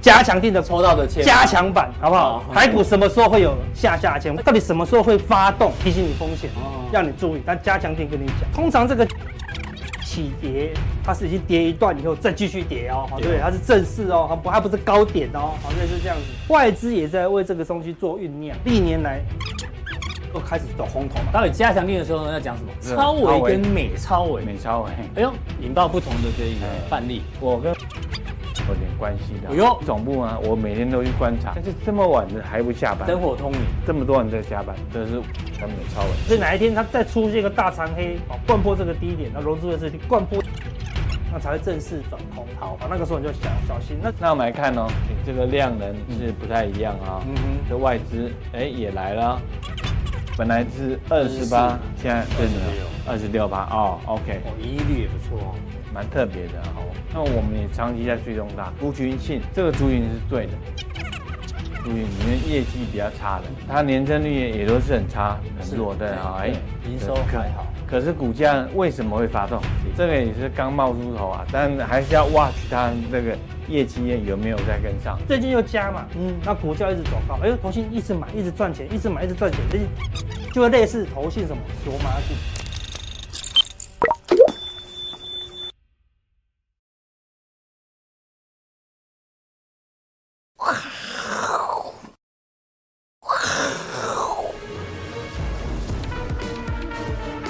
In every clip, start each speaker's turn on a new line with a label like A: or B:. A: 加强定的抽
B: 抽到的签
A: 加强版，好不好哦
B: 好？好
A: 台股什么时候会有下下签？到底什么时候会发动？提醒你风险
B: 哦，
A: 让你注意。但加强定跟你讲，通常这个起跌，它是已经跌一段以后再继续跌哦，好对不对，
B: 对
A: 它是正式哦，它不它不是高点哦，好类似这样子。外资也在为这个东西做酝酿，历年来都开始走红头嘛。
B: 到底加强力的时候呢，要讲什么？
C: 是
B: 超
C: 超
B: 维
C: 微
B: 跟美超哎维。
C: 美超伟
B: 哎呦，引爆不同的这一个范例。
C: 我跟有点关系的。
B: 哎呦
C: 总部啊，我每天都去观察，但是这么晚了还不下班，
B: 灯火通明，
C: 这么多人在加班，真的是很美超伟。啊
A: 所以哪一天它再出现一个大长黑，哦，灌破这个低点，那融资会是灌破，那才会正式转空。
B: 好
A: 那个时候你就小小心。那
C: 那我们来看哦，哎这个量能是不太一样啊、
B: 嗯哼
C: 这外资哎也来了，本来是二十八，现在变成二十六八哦，OK，
B: 哦，盈利率也不错哦。
C: 蛮特别的哦。那我们也长期在追踪它，族群性这个族群是对的，族群里面业绩比较差的，它年增率也也都是很差很弱的啊、
B: 对营收还好。
C: 可是股价为什么会发动？这个也是刚冒出头啊，但还是要 watch 它这个业绩有没有在跟上。
A: 最近又加嘛，
B: 嗯
A: 嗯，那股价一直走高，哎呦，投信一直买，一直赚钱，一直买，一直赚钱，哎就会类似投信什么索马股。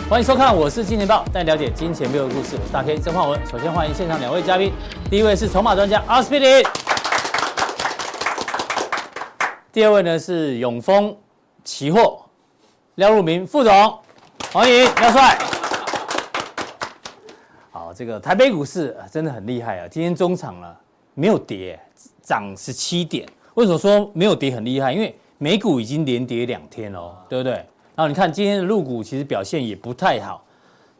B: 欢迎收看，我是金钱豹，带你了解金钱背后的故事。我是大 K 曾焕文。首先欢迎现场两位嘉宾，第一位是筹码专家阿斯匹林，第二位呢是永丰期货廖路明副总，欢迎廖帅。好，这个台北股市呃真的很厉害啊！今天中场了没有跌，涨十七点。为什么说没有跌很厉害？因为美股已经连跌两天了哦，对不对？然后你看今天的陆股其实表现也不太好。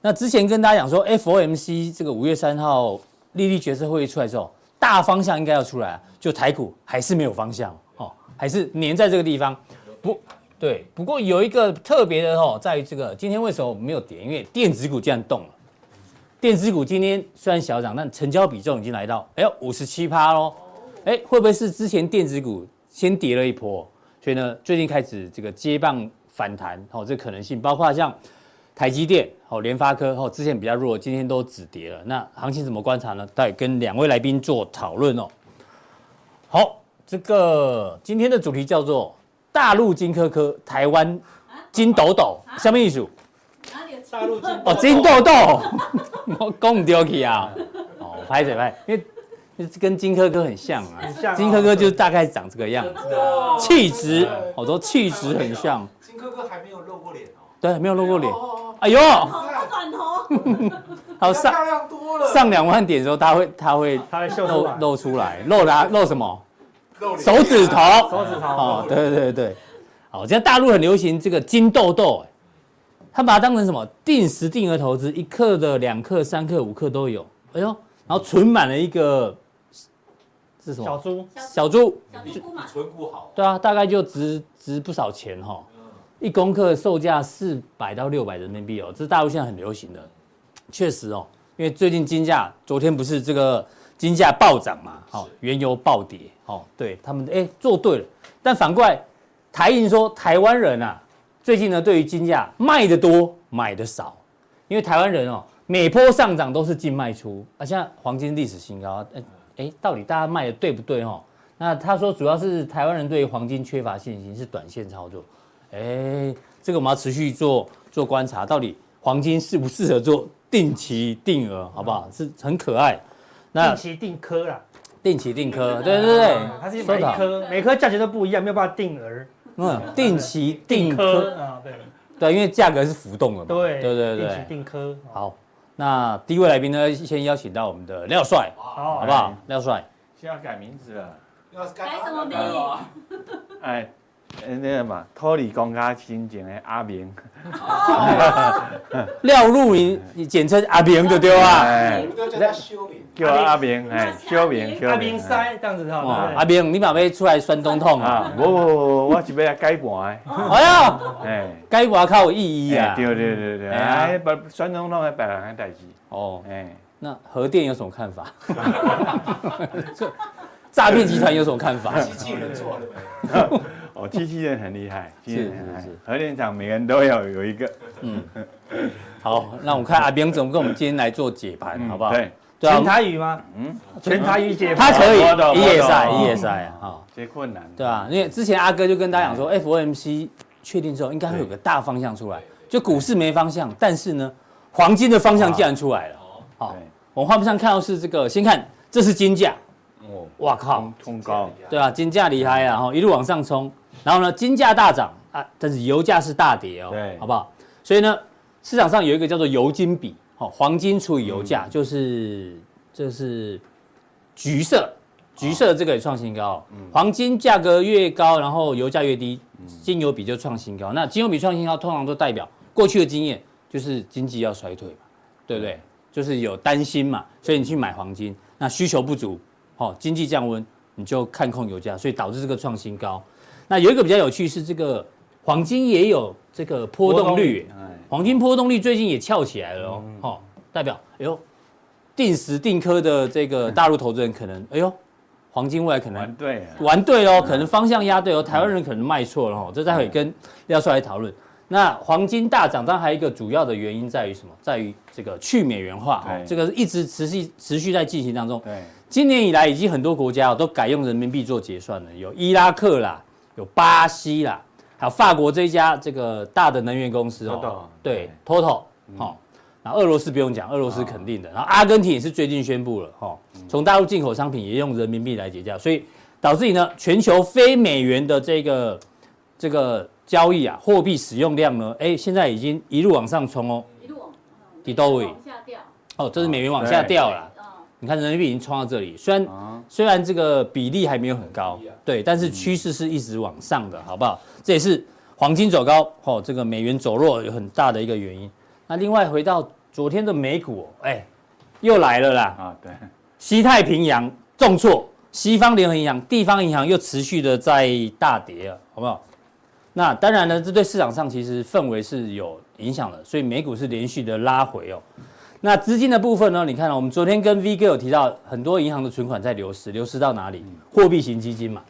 B: 那之前跟大家讲说，FOMC 这个五月三号利率决策会议出来之后，大方向应该要出来啊，就台股还是没有方向哦，还是粘在这个地方。不对，不过有一个特别的哦，在于这个今天为什么没有跌？因为电子股竟然动了。电子股今天虽然小涨，但成交比重已经来到哎呦五十七趴喽，哎会不会是之前电子股先跌了一波，所以呢最近开始这个接棒反弹哦，这可能性包括像台积电哦、联发科哦之前比较弱，今天都止跌了。那行情怎么观察呢？待会跟两位来宾做讨论哦。好，这个今天的主题叫做大陆金科科，台湾金抖抖，下面一组。
D: 大陆进
B: 哦，金豆豆， 我讲唔对去啊！哦，拍谁拍？因为跟金科科很像啊，
A: 像啊
B: 金科科就是大概长这个样子，气质，我说气质很像，
D: 金科科还没有露过脸哦，
B: 对，没有露过脸。
D: 哦，
B: 哎呦，
D: 哦
E: 转头，
B: 还有
D: 哦
B: 上
D: 漂亮多了，
B: 上两万点的时候，他会他会
A: 它会秀出
B: 露
A: 来，
B: 露出来，露哪露什么？
D: 露脸
B: 手指头，
A: 手指头
B: 哦，对对对，好，现在大陆很流行这个金豆豆，哎，他把它当成什么定时定额投资，一克的、两克、三克、五克都有。哎呦，然后存满了一个是什
A: 小
B: 么
A: 猪
B: 小猪？
E: 小
D: 比
E: 猪姑嘛
D: 比，唇骨好，
B: 对啊，大概就值值不少钱哈、一公克售价四百到六百人民币哦，这是大陆现在很流行的，确实哦，因为最近金价，昨天不是这个金价暴涨嘛，好、原油暴跌，哦，对他们哎做对了，但反过来，台银说台湾人啊，最近呢对于金价卖的多，买的少，因为台湾人哦，每波上涨都是净卖出，啊，现在黄金历史新高啊，哎、哎，到底大家卖的对不对哦？那他说主要是台湾人对于黄金缺乏信心，是短线操作。哎，这个我们要持续做做观察，到底黄金适不适合做定期定额，好不好？是很可爱。那
A: 定期定科啦，
B: 定期定科，对对对，
A: 它是
B: 说
A: 每
B: 得
A: 一
B: 好，
A: 颗每颗价钱都不一样，没有办法定额
B: 嗯，定期定
A: 科
B: 科，
A: 啊，对
B: 对，因为价格是浮动的嘛，
A: 对
B: 对对
A: 定
B: 对
A: 期。定科，哦
B: 好，那第一位来宾呢，先邀请到我们的廖帅，
A: 好
B: 好不好？廖帅，
C: 现在改名字了，
D: 要是
E: 改什么名？
C: 哎，哎那个嘛，脱离公家心情的阿明，
B: 廖路明，你简称阿明就对啊。
E: 哎
D: 我们都叫他修明，
C: 叫阿明，
E: 阿
C: 哎，
E: 明
C: 小明，小
A: 阿兵塞这样子哈，
B: 哇
A: 对，不
B: 哦阿
A: 对
B: 明，你把要出来酸总统啊！
C: 啊，无无无，我是要来改盘的，
B: 哎呀，
C: 哎，
B: 该我靠有意义啊！
C: 对对对对，
B: 哎呀
C: 哎，把选总统的别人的代志，
B: 哦，
C: 哎，
B: 那核电有什么看法？这 诈骗集团有什么看法？
C: 哎
D: 机器人做的没？
C: 哦，机器人很厉害，机器人很厉害
B: 是是是，
C: 核电厂每个人都要有一个，
B: 好，那我们看阿兵总跟我们今天来做解盘，好不好？
C: 嗯对，
B: 对啊
A: 全，台语吗？
C: 嗯
A: 嗯，全台语解
B: 他
A: 盘。
B: 可以 E
C: 我懂我，懂嗯
B: 一也赛，一也赛啊，
C: 这困难，
B: 对啊，因为之前阿哥就跟大家讲说，FOMC
C: 哎
B: 确定之后，应该会有个大方向出来，就股市没方向，但是呢，黄金的方向竟然出来了。好，
C: 对，
B: 我们画面上看到是这个，先看这是金价，
C: 哦，
B: 哇靠
C: 冲，冲高，
B: 对啊，金价厉害啊，哈，一路往上冲，然后呢，金价大涨啊，但是油价是大跌哦，
C: 对
B: 好不好？所以呢，市场上有一个叫做油金比，哦，黄金除以油价，就是这是橘色，橘色这个也创新高，黄金价格越高，然后油价越低，金油比就创新高。那金油比创新高，通常都代表过去的经验就是经济要衰退嘛，对不对？就是有担心嘛，所以你去买黄金，那需求不足，哦，经济降温，你就看空油价，所以导致这个创新高。那有一个比较有趣是这个黄金也有这个波动率，
C: 哎，
B: 黄金波动率最近也翘起来了哦，哦代表哎呦，定时定科的这个大陆投资人可能哎呦，黄金未来可能
C: 玩对啊了，
B: 玩对哦，可能方向压对哦，台湾人可能卖错了哦，这待会跟廖帅来讨论。那黄金大涨，当然还有一个主要的原因在于什么？在于这个去美元化哦
C: 对，
B: 这个一直持续持续在进行当中。
C: 对，
B: 今年以来，已经很多国家哦都改用人民币做结算了，有伊拉克啦，有巴西啦，还有法国这一家这个大的能源公司哦
C: Total，嗯
B: 对，Total 哦，然后俄罗斯不用讲，俄罗
C: 啊
B: 斯肯定的，然后阿根廷也是最近宣布了哦，
C: 嗯
B: 从大陆进口商品也用人民币来结价，所以导致于呢，全球非美元的这个这个交易啊，货币使用量呢，哎，现在已经一路往上冲哦，
E: 一路往
B: 底都位
E: 往下掉，
B: 哦，这是美元往
C: 啊对
B: 下掉了。
E: 嗯，
B: 你看人民币已经冲到这里，虽然
C: 啊，
B: 虽然这个比例还没有很高
D: 比例啊，
B: 对，但是趋势是一直往上的，好不好？这也是黄金走高，哦，这个美元走弱有很大的一个原因。那另外回到昨天的美股哦，哎、又来了啦，
C: 啊，对，
B: 西太平洋重挫，西方联合银行、地方银行又持续的在大跌了，好不好？那当然呢，这对市场上其实氛围是有影响的，所以美股是连续的拉回哦。那资金的部分呢？你看、哦，我们昨天跟 V 哥有提到，很多银行的存款在流失，流失到哪里？货币型基金嘛。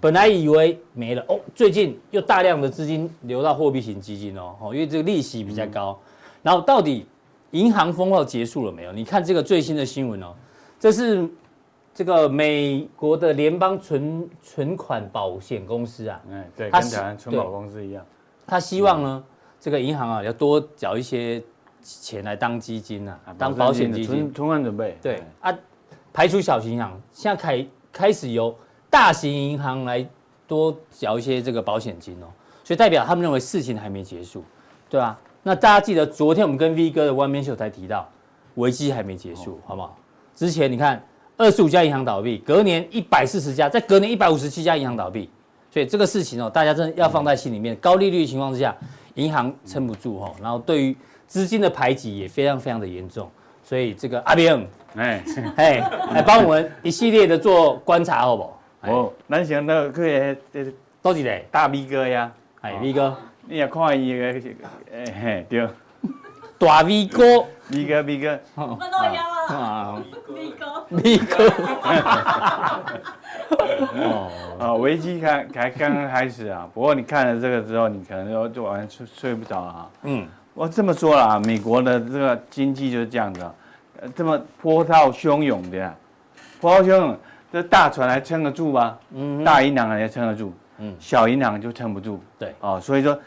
B: 本来以为没了哦，最近又大量的资金流到货币型基金哦，哦，因为这个利息比较高。然后到底银行风暴结束了没有？你看这个最新的新闻哦，这是这个美国的联邦存存款保险公司啊，
C: 哎，对，
B: 它
C: 跟
B: 是
C: 台湾存保公司一样，
B: 他希望呢，这个银行啊要多缴一些钱来当基金啊
C: 啊，
B: 当保险基金
C: 存。存款准备，
B: 对啊，排除小型银行，现在开开始由大型银行来多缴一些这个保险金哦，所以代表他们认为事情还没结束，对吧、那大家记得昨天我们跟 V 哥的 One Man Show 才提到，危机还没结束，好不好？之前你看二十五家银行倒闭，隔年一百四十家，再隔年一百五十七家银行倒闭，所以这个事情哦，大家真的要放在心里面。高利率的情况之下，银行撑不住哦，然后对于资金的排挤也非常非常的严重，所以这个阿炳。
C: 哎，
B: 哎，来帮我们一系列的做观察，好不好？哎
C: 我哦咱想到去个
B: 多几类，
C: 大 V 哥呀，
B: 哎，V 哥，
C: 你也看伊个，哎嘿，对
B: 大 V 哥
C: ，V 哥 V 哥，
E: 问到腰啊，
B: 啊
E: 力哥，
B: ，V 哥，
C: 啊，危机才才刚刚开始啊，不过你看了这个之后，你可能就就晚上睡睡不着了啊。
B: 嗯，
C: 我这么说啦，美国的这个经济就是这样子啊，呃，这么波涛汹涌的、啊，波涛汹涌，这大船还撑得住吗？
B: 嗯
C: 大银行还撑得住，
B: 嗯
C: 小银行就撑不住。
B: 对
C: 哦，所以说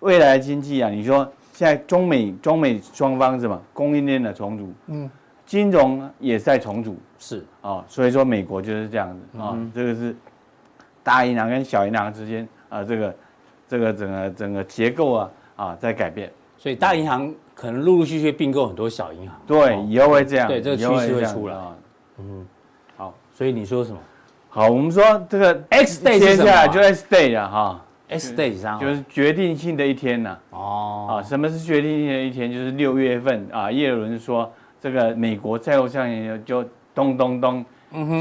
C: 未来的经济啊，你说现在中美中美双方是吧，供应链的重组，
B: 嗯，
C: 金融也在重组
B: 是，
C: 啊、哦，所以说美国就是这样子
B: 嗯
C: 啊、哦这个是大银行跟小银行之间啊，这个这个整个整个结构啊啊在改变。
B: 所以大银行可能陆陆续续并购很多小银行，
C: 对，以后会这样。
B: 对这个
C: 以后
B: 趋势会
C: 这样
B: 出来
C: 啊
B: 所以你说什么
C: 好，我们说这个
B: X day
C: 接
B: 是什
C: 下
B: 么啊
C: 来就在 stay 了哈，
B: ？S day 上
C: 就是决定性的一天呐。
B: 啊哦，
C: 啊，什么是决定性的一天？就是六月份啊，耶伦说这个美国债务上限就咚咚咚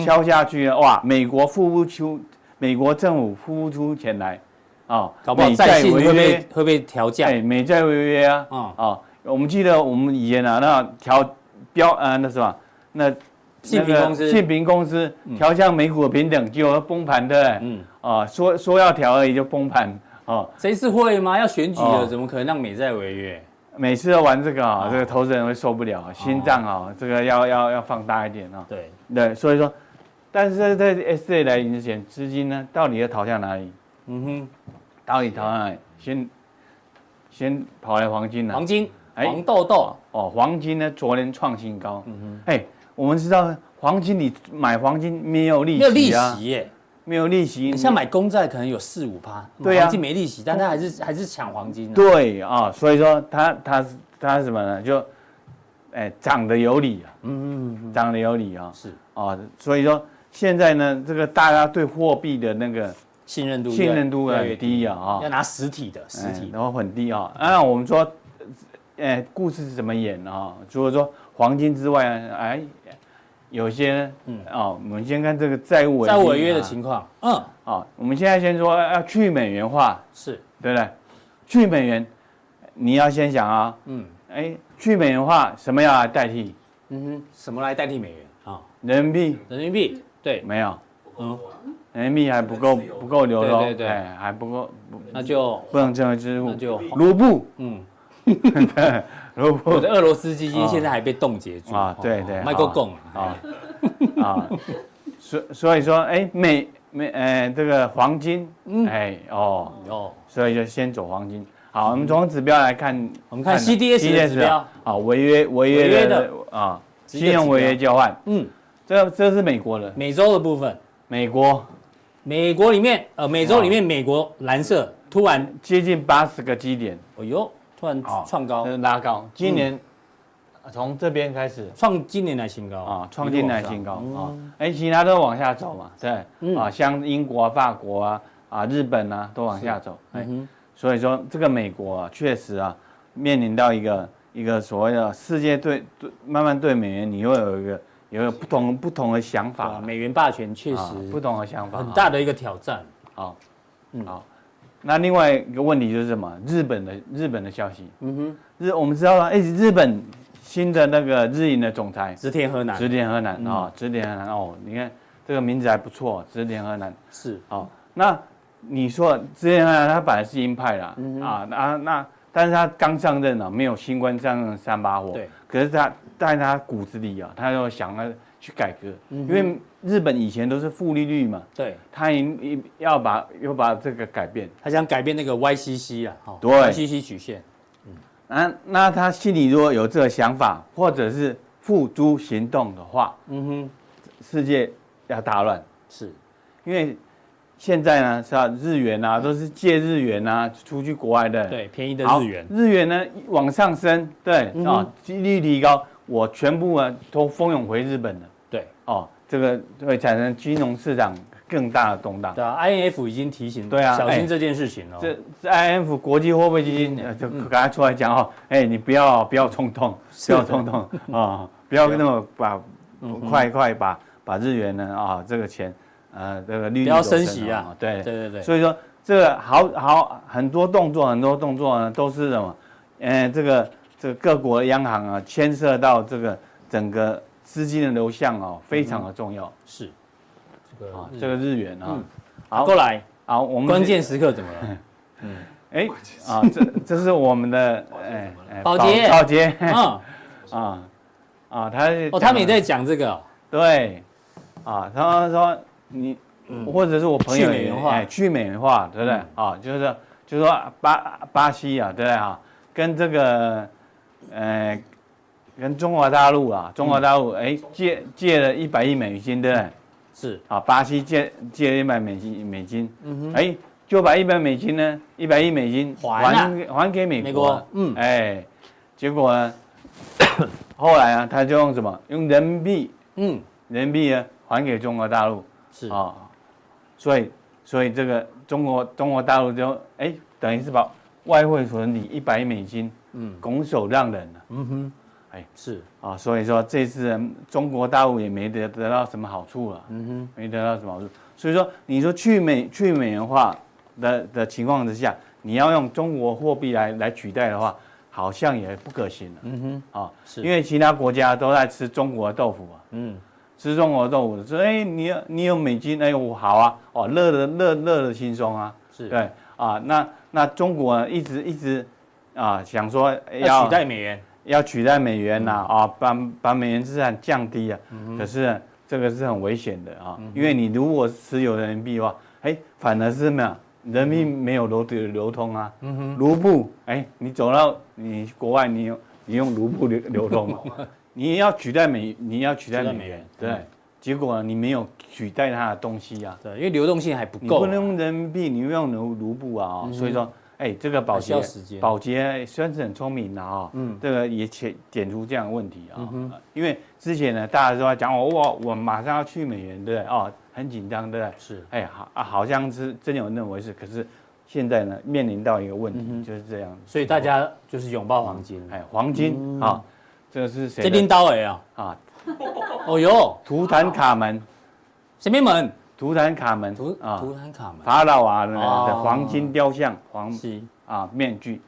C: 敲下去了，哇，美国付不出，美国政府付不出钱来啊，
B: 搞不好
C: 美
B: 债信
C: 违
B: 会
C: 约
B: 被会被调价，
C: 哎，美债违约啊，啊、
B: 嗯
C: 啊哦我们记得我们以前啊，那条标呃那什么，那
B: 信平公司
C: 信平公司调降美股的平等，结果崩盘的，
B: 嗯
C: 嗯，啊，说说要调而已就崩盘，哦，
B: 这一次会吗？要选举了，
C: 哦
B: 怎么可能让美债违约？
C: 每次都玩这个啊
B: 哦，
C: 这个投资人会受不了，心脏啊，这个要要要放大一点啊，
B: 对，
C: 对，所以说，但是在在 S A 来临之前，资金呢到底要逃向哪里？
B: 嗯
C: 到底逃向哪里？先先跑来黄金
B: 哼，
C: 了、
B: 黄金、
C: 哎
B: 黄豆豆，
C: 哦，黄金呢昨天创新高，
B: 嗯
C: 哎、我们知道黄金你买黄金没有利
B: 没有利
C: 息啊，
B: 息耶，
C: 没有利息，
B: 你像买公债可能有四五趴，
C: 对啊
B: 黄金没利息，但他还是还是抢黄金啊。
C: 对啊、所以说它它它是什么呢？就哎、涨得有理啊，
B: 嗯，嗯嗯
C: 涨得有理啊、
B: 嗯是
C: 啊、所以说现在呢，这个大家对货币的那个
B: 信任度越，
C: 信任度
B: 越来
C: 很
B: 越低，
C: 低啊啊、
B: 要拿实体的，实
C: 哎
B: 体的
C: 然后很低啊、那我们说，呃、故事是怎么演啊、除了说黄金之外，哎，有些，
B: 嗯
C: 嗯，哦，我们先看这个债务
B: 在违约的
C: 啊
B: 情况，嗯，
C: 啊、我们现在先说要去美元化，
B: 是，
C: 对不对？去美元，你要先想啊、
B: 嗯
C: 哎，去美元化什么要来代替
B: 嗯哼，什么来代替美元啊？
C: 人民币？
B: 人民币，对，
C: 没有，
B: 嗯，
C: 人民币还不够
D: 不能自由
C: 不够流动，
B: 对对对
C: 哎，还不够不
B: 那就
C: 不能成为支
B: 那
C: 付。
B: 就
C: 卢布，
B: 嗯，
C: 卢
B: 我
C: 布
B: 的俄罗斯基金现在还被冻结住
C: 哦
B: 哦
C: 啊对对
B: ，Michael
C: 啊
B: Gong
C: 啊
B: 啊，
C: 啊，所所以说，哎，美美，哎，这个黄金，
B: 嗯
C: 哎哦，
B: 哦，
C: 所以就先走黄金。好，我们从指标来看，
B: 我们看 CDS 的指标
C: 啊，违约违
B: 违约
C: 约
B: 的
C: 的啊，
B: 几个
C: 信用
B: 指
C: 违
B: 标
C: 约交换，
B: 嗯，
C: 这这是美国的，
B: 美洲的部分，
C: 美国
B: 美国里面，呃，美洲里
C: 哦
B: 面，美国蓝色突然，
C: 接近八十个基点。
B: 哦呦，突然
C: 哦
B: 创高，嗯
C: 拉高。今年从这边开始
B: 创今年来新高
C: 啊，创近来新高
B: 嗯
C: 啊，哎，其他都往下走嘛，对啊，像英国啊、法国啊、啊日本啊都往下走，哎
B: 嗯，哼，
C: 所以说这个美国啊，确实啊，面临到一个一个所谓的世界对对慢慢对美元，你会有一个有一个不同不同的想
B: 啊，
C: 法，
B: 美元霸权确实
C: 啊不同的想法，
B: 很大的一个挑战，
C: 好，
B: 嗯
C: 好。那另外一个问题就是什么？日本的日本的消息，
B: 嗯哼，
C: 日我们知道了，哎，日本新的那个日银的总裁
B: 直天河南
C: 直田河南
B: 嗯
C: 啊，直田河南哦，你看这个名字还不错，直田河南
B: 是
C: 哦。那你说直田河南他本来是鹰派啦
B: 嗯哼
C: 啊，那那但是他刚上任了，啊没有新官上任三把火，
B: 对，
C: 可是他在他骨子里啊，他就想要去改革，
B: 嗯
C: 因
B: 哼
C: 为日本以前都是负利率嘛，
B: 对，
C: 他一一要把要把这个改变。
B: 他想改变那个 YCC 啊，哦
C: 对
B: ，YCC 曲线，
C: 那那他心里如果有这个想法，或者是付诸行动的话，
B: 嗯哼，
C: 世界要大乱，
B: 是
C: 因为现在呢是吧、日元啊都是借日元啊出去国外的，
B: 嗯对便宜的
C: 好，
B: 日元，
C: 日元呢往上升，对
B: 嗯哼
C: 啊，几率提高，我全部啊都蜂拥回日本了，
B: 对
C: 哦，这个会产生金融市场更大的动荡。
B: 对啊，INF 已经提醒，
C: 对啊
B: 小心
C: 哎
B: 这件事情哦，
C: 这这 IMF 国际货币基金呃就赶快出来讲哦，哎，你不要不要冲动，
B: 是嗯
C: 不要冲动啊，不要那么把快快把把日元呢啊这个钱呃这个利率
B: 不要
C: 走
B: 升息
C: 了
B: 啊
C: 对
B: 对对对，
C: 所以说这个好好很多动作很多动作呢都是什么？呃，这个这个各国央行啊牵涉到这个整个资金的流向哦，非常的重要
B: 是
C: 啊，这个日元啊
B: 嗯，
C: 好
B: 过来，
C: 好我们
B: 关键时刻怎么了？
C: 哎啊，这这是我们的哎哎
B: 保洁
C: 保洁
B: 嗯，
C: 啊啊，他是
B: 哦，他们也在讲这个哦，
C: 对啊，他说你或者是我朋友
B: 嗯去美元化嗯
C: 哎去美元化，对不对啊？就是就是说巴巴西啊，对不对啊？跟这个呃跟中国大陆啊，中国大陆
B: 嗯
C: 哎借借了一百亿美金，对不对？
B: 是
C: 啊，巴西借借一百美金美金，
B: 嗯
C: 哎，就把一百美金呢，一百亿美金
B: 还了
C: 还给还给美
B: 美
C: 国
B: 国
C: 了，，
B: 嗯，
C: 哎，结果呢，后来啊，他就用什么？用人民币，
B: 嗯，
C: 人民币呢还给中国大陆
B: 是
C: 啊、所以所以这个中国中国大陆就哎，等于是把外汇存底一百亿美金，
B: 嗯
C: 嗯，拱手让人了
B: 是，
C: 啊，所以说这次嗯中国大陆也没得得到什么好处了，
B: 嗯哼，
C: 没得到什么好处。所以说，你说去美去美元化的的情况之下，你要用中国货币来来取代的话，好像也不可行了
B: 嗯哼，
C: 啊，
B: 是
C: 因为其他国家都在吃中国的豆腐啊，
B: 嗯，
C: 吃中国豆腐，说哎，你有你有美金，哎，我好啊，哦，乐得乐乐得轻松啊，
B: 是
C: 对啊，那那中国一直一直啊想说哎
B: 要取代美元，
C: 要取代美元呐、
B: 嗯
C: 啊，把把美元资产降低啊。可是这个是很危险的
B: 嗯
C: 啊，因为你如果持有人民币的话，哎，反而是没有人民币没有流流流通啊。
B: 嗯
C: 卢布，哎，你走到你国外，你用你用卢布流流通， 你要取代美，你要取代
B: 取代
C: 美
B: 美
C: 元
B: 元，
C: 对
B: 嗯。
C: 结果你没有取代它的东西啊，
B: 对，因为流动性还不
C: 你
B: 够
C: 不
B: 啊，
C: 能用人民币，你用卢卢布啊、哦所以说，哎，这个保
B: 还需
C: 洁
B: 要时间
C: 保洁虽然是很聪明的啊、嗯，这个也解点出这样的问题
B: 嗯
C: 啊、因为之前呢，大家都在讲我哇，我马上要去美元，对不对？哦，很紧张，对不对？
B: 是
C: 哎，好啊，好像是真有那么回事，可是现在呢，面临到一个
B: 嗯
C: 问题、就是这样，
B: 所以大家就是拥抱黄金，
C: 哎，黄金啊、这个是谁
B: 嗯这
C: 的
B: 拎？刀哎啊，
C: 啊，
B: 哦哟，
C: 图坦卡门，
B: 什么门？
C: 图坦卡门，
B: 图
C: 啊，
B: 图坦卡门，
C: 法老啊的
B: 哦
C: 的黄金雕像，黄
B: 是
C: 啊面具，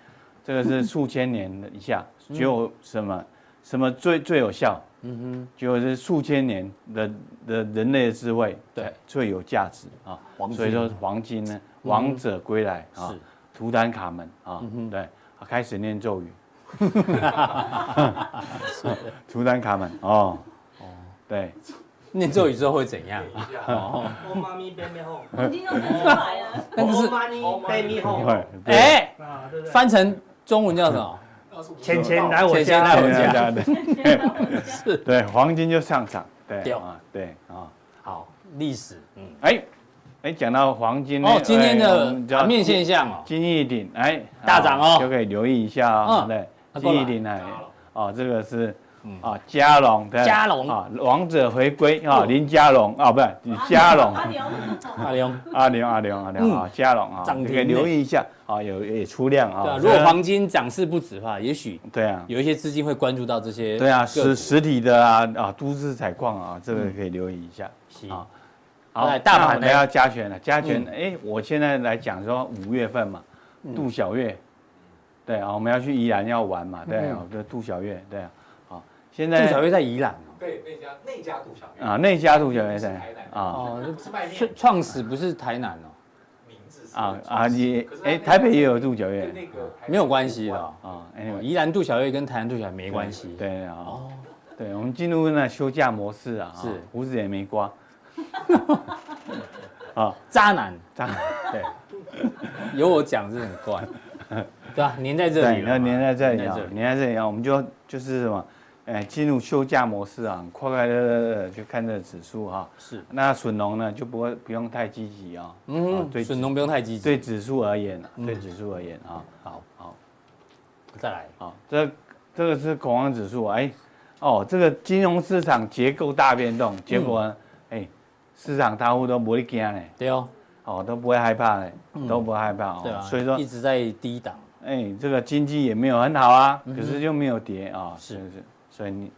C: 这个是数千年的 以下，
B: 嗯
C: 就什么什么最最有效，嗯哼，就是数千年的的人类的智慧，
B: 对，
C: 最有价值啊
B: 黄。金嗯
C: 所以说黄金呢，王者归来啊，图坦卡门啊，
B: 嗯
C: 对，啊开始念 咒语，图坦卡门哦，对，
B: 念咒语之后会怎样
D: 等？一下，
A: Oh mommy, baby home，
E: 已经都生出来 了，
B: 但是
A: Oh money, baby home，
C: 对，
B: 哦
C: 对
B: 哎，
A: 啊，对不对？
B: 翻成中文叫什么？
A: 钱钱来我
B: 钱钱
A: 家
B: 来我，
C: 对啊
B: 家
C: 对啊
E: 天哪我家
B: 是
C: 对，黄金就上场，对
B: 掉
C: 啊，对啊，
B: 好历史，嗯，
C: 哎哎，讲到黄金呢
B: 哦，今天
C: 哎我们
B: 的
C: 就要
B: 盘面现象哦，
C: 金逸鼎，哎，
B: 大涨哦
C: 啊就可以留意一下哦。
B: 嗯
C: 对，
B: 那过来
C: 金逸鼎哎，哦，这个是啊，嘉龙，对
B: 嘉龙
C: 啊，王者回归啊，
B: 嗯
C: 林嘉龙啊，不是李嘉龙，
E: 阿牛，
B: 阿龙，
C: 阿龙阿龙阿龙啊，嘉龙啊，
B: 涨
C: 这
B: 停
C: 个留意一下啊，有也出量
B: 对啊，
C: 啊。
B: 如果
C: 这个
B: 黄金涨势不止的话，也许
C: 对啊，
B: 有一些资金会关注到这些个股，
C: 对啊，实实体的啊啊，都市采矿啊，这个可以留意一下。
B: 是
C: 啊
B: 好来哎大盘
C: 那我们
B: 呢嗯
C: 要加权了，加权。哎，我现在来讲说五月份嘛，杜小月，对啊，我们要去宜兰要玩嘛，对啊，对杜小月，对啊，好，现
B: 嗯杜小
C: 在
B: 月在宜兰
D: 对，那家那家杜小月
C: 啊，那家杜小月在
D: 是台南
B: 哦，
C: 啊
B: 哦，
D: 是卖面
B: 创，创始不是台南哦，
D: 名字是
C: 啊啊，你
D: 可是他
C: 哎，
D: 那
C: 台北也有杜小
D: 跟
C: 月
D: 那个台北
B: 没有关系的哦。
C: 啊
B: 哦
C: ，anyway，
B: 宜兰杜小月跟台南杜小月没关系。
C: 对对啊，
B: 哦，
C: 对，我们进入那休假模式啊，啊
B: 是
C: 胡子也没刮，
B: 渣男，
C: 这样
B: 对，有我讲是很 怪，对啊，粘在 这
C: 对，
B: 里
C: 那
B: 了嘛，
C: 粘在这里啊
B: 粘在这，里
C: 粘在这里啊，我们就就是什么，哎，进入休假模式啊，很快快乐乐的去看这个指数哈。
B: 是，
C: 那笋农呢就不会不用太积极啊，啊
B: 嗯
C: 对
B: 哼，笋农不用太积极。
C: 对指数而言啊，
B: 嗯
C: 对指数而言啊，好好
B: 再来，
C: 好，这这个是恐慌指数啊，哎，哦，这个金融市场结构大变动，结果
B: 嗯
C: 呢，哎，市场大户都不会惊嘞，
B: 对哦，
C: 哦，都不会害怕嘞，都不会害怕
B: 对啊，
C: 哦，所以说
B: 一直在低档，啊
C: 哎，这个经济也没有很好啊，可是又没有跌啊，
B: 嗯是
C: 不是？所以你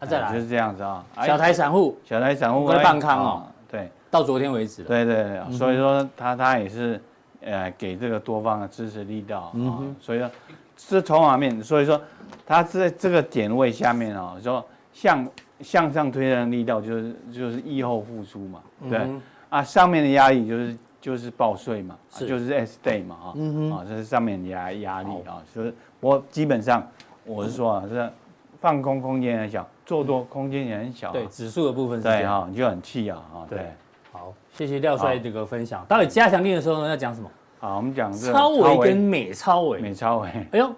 B: 那再
C: 哎就
B: 来，
C: 是这样子啊。哎
B: 小台散户
C: 小台散户
B: 我们
C: 哎
B: 办康哦
C: 啊对
B: 到昨天为止了，
C: 对对对，所以说他他也是呃给这个多方的支持力道
B: 嗯
C: 啊，所以说这筹码面，所以说他在这个点位下面啊，说向向上推升的力道就是就是疫后复苏嘛，对
B: 嗯
C: 啊，上面的压力就是就是报税嘛，啊
B: 是嗯
C: 就是 S day 嘛啊，啊这是上面的压压力啊，就是我基本上我是说啊，这放空空间很小，做多空间也很小啊，
B: 对，指数的部分是这
C: 对
B: 样。
C: 啊，你就很气啊啊，对
B: 对。好，谢谢廖帅这个分享。到底加强力的时候呢，要讲什么？
C: 好，啊我们讲这个
B: 超维跟美超维，
C: 美超维
B: 哎呦，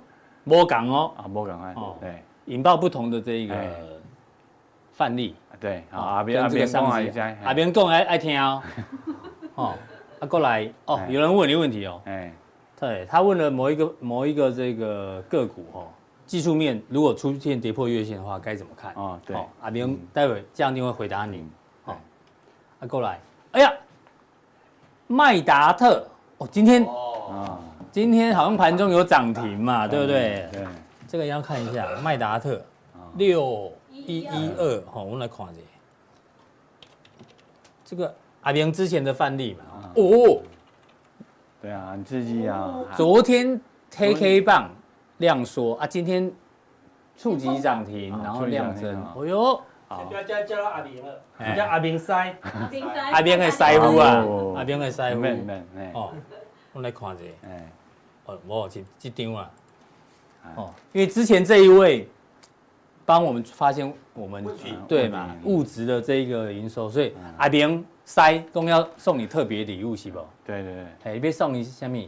B: 摸港哦，
C: 啊，不赶快
B: 哦，
C: 对
B: 引爆不同的这一
C: 哎
B: 个范例。
C: 对，好，
B: 啊
C: 阿边阿
B: 跟这个
C: 边讲
B: 上
C: 阿
B: 级
C: 在，
B: 阿边讲爱爱听 哦。哦，啊，过来哦
C: 哎，
B: 有人问你问题哦，
C: 哎，
B: 对他问了某一个某一个这个个股哦，技术面如果出现跌破月线的话，该怎么看？
C: 哦对
B: 哦，阿边待会这样定会回答你。哦，啊，过来，哎呀，麦达特哦，今天
D: 哦，
C: 啊，
B: 今天好像盘中有涨停嘛，哦对不对？
C: 对，啊
B: 这个要看一下麦达特六一一二，好，我们来看一下这个阿明之前的范例嘛。哦，
C: 对啊，很刺激啊，
B: 昨天 K K 棒量缩啊，今天触及涨停，
C: 啊
B: 然后量
C: 触及
B: 增
C: 涨停啊，
B: 哦哟，
A: 先不要叫叫到阿明了，
B: 哎
A: 你叫阿明塞，
B: 阿边的师傅
E: 哎
B: 啊
C: 哦，
B: 阿边的师
C: 唔免唔
B: 傅，
C: 免，哎
B: 哦，我来看一下，
C: 哎，
B: 哦，我这这张啊，哦，因为之前这一位帮我们发现我们呃
D: 问题
B: 对嘛
C: 问题
B: 物质的这一个营收，所以阿边塞公要送你特别礼物是不？
C: 对对对，
B: 哎，你要送你什么？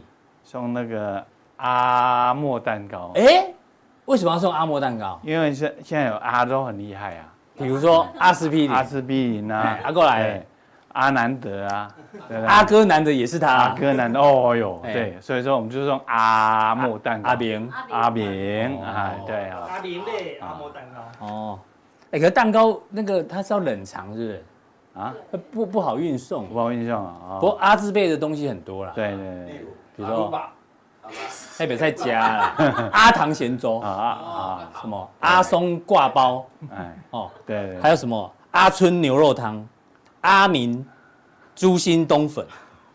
C: 送那个阿莫蛋糕，
B: 哎，为什么要送阿莫蛋糕？
C: 因为现现在有阿都很厉害啊，
B: 比如说阿司匹林，
C: 阿司匹林啊
B: 哎，阿过来
C: 对，阿南德啊，对不对
B: 阿哥男的也是他，
C: 阿哥南德，哦哟，
B: 哎
C: 对，所以说我们就送阿莫蛋糕，
B: 阿明。
C: 阿炳
B: 哦
C: 啊，对啊，
A: 阿明嘞，阿摩蛋糕。
B: 哦，哎，可是蛋糕那个它是要冷藏，是
C: 啊，
B: 不是？不不好运送。
C: 我印象啊，
B: 不过
C: 哦
B: 阿字辈的东西很多啦，
C: 对对
D: 例
C: 对，
D: 如，
B: 比如
A: 阿鲁
B: 说
A: 巴
D: 好吧，
B: 台北菜家啦阿糖咸粥
C: 啊，啊
B: 什么阿松挂包
C: 哎，
B: 哦，
C: 对对，
B: 还有什么阿春牛肉汤、阿明猪心冬粉、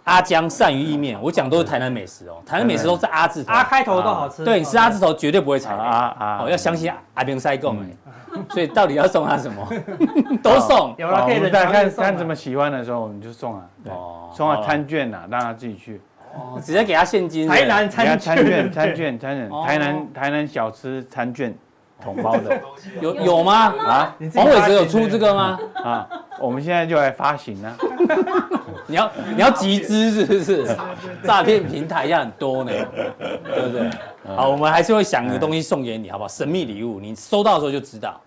B: 阿江鳝鱼意面，我讲都是台南美食哦，台南美食都是阿字头，
A: 阿开头都好吃，哦
B: 对，你是阿字头绝对不会踩
C: 啊
B: 雷
C: 啊啊
B: 哦，要相信阿明塞贡哎，所以到底要送他什么， 都送
A: 有
C: 好
A: 了
C: 哦我
A: 可以的，
C: 们再看
A: 送啊
C: 看怎么喜欢的时候，我们就送啊，对
B: 哦，
C: 送
B: 好
C: 啊
B: 了
C: 餐券呐，让他自己去。
B: 哦直接给他现金，
A: 台南
C: 你看
A: 餐
C: 餐 券，餐券，餐券，
B: 哦
C: 台南台南小吃餐券，桶 包的
D: 东西啊
B: 有有吗？
C: 啊
A: 你自己
B: 黄伟
A: 发
B: 哲
A: 现
B: 有
A: 的嗯
B: 出这个吗？
C: 啊！我们现在就来发行啊，
B: 你要你要集资是不 是？诈骗平台现在很多呢，对不对？
A: 嗯
B: 好，我们还是会想个东西送给你，好不好？神秘礼物，你收到的时候就知道。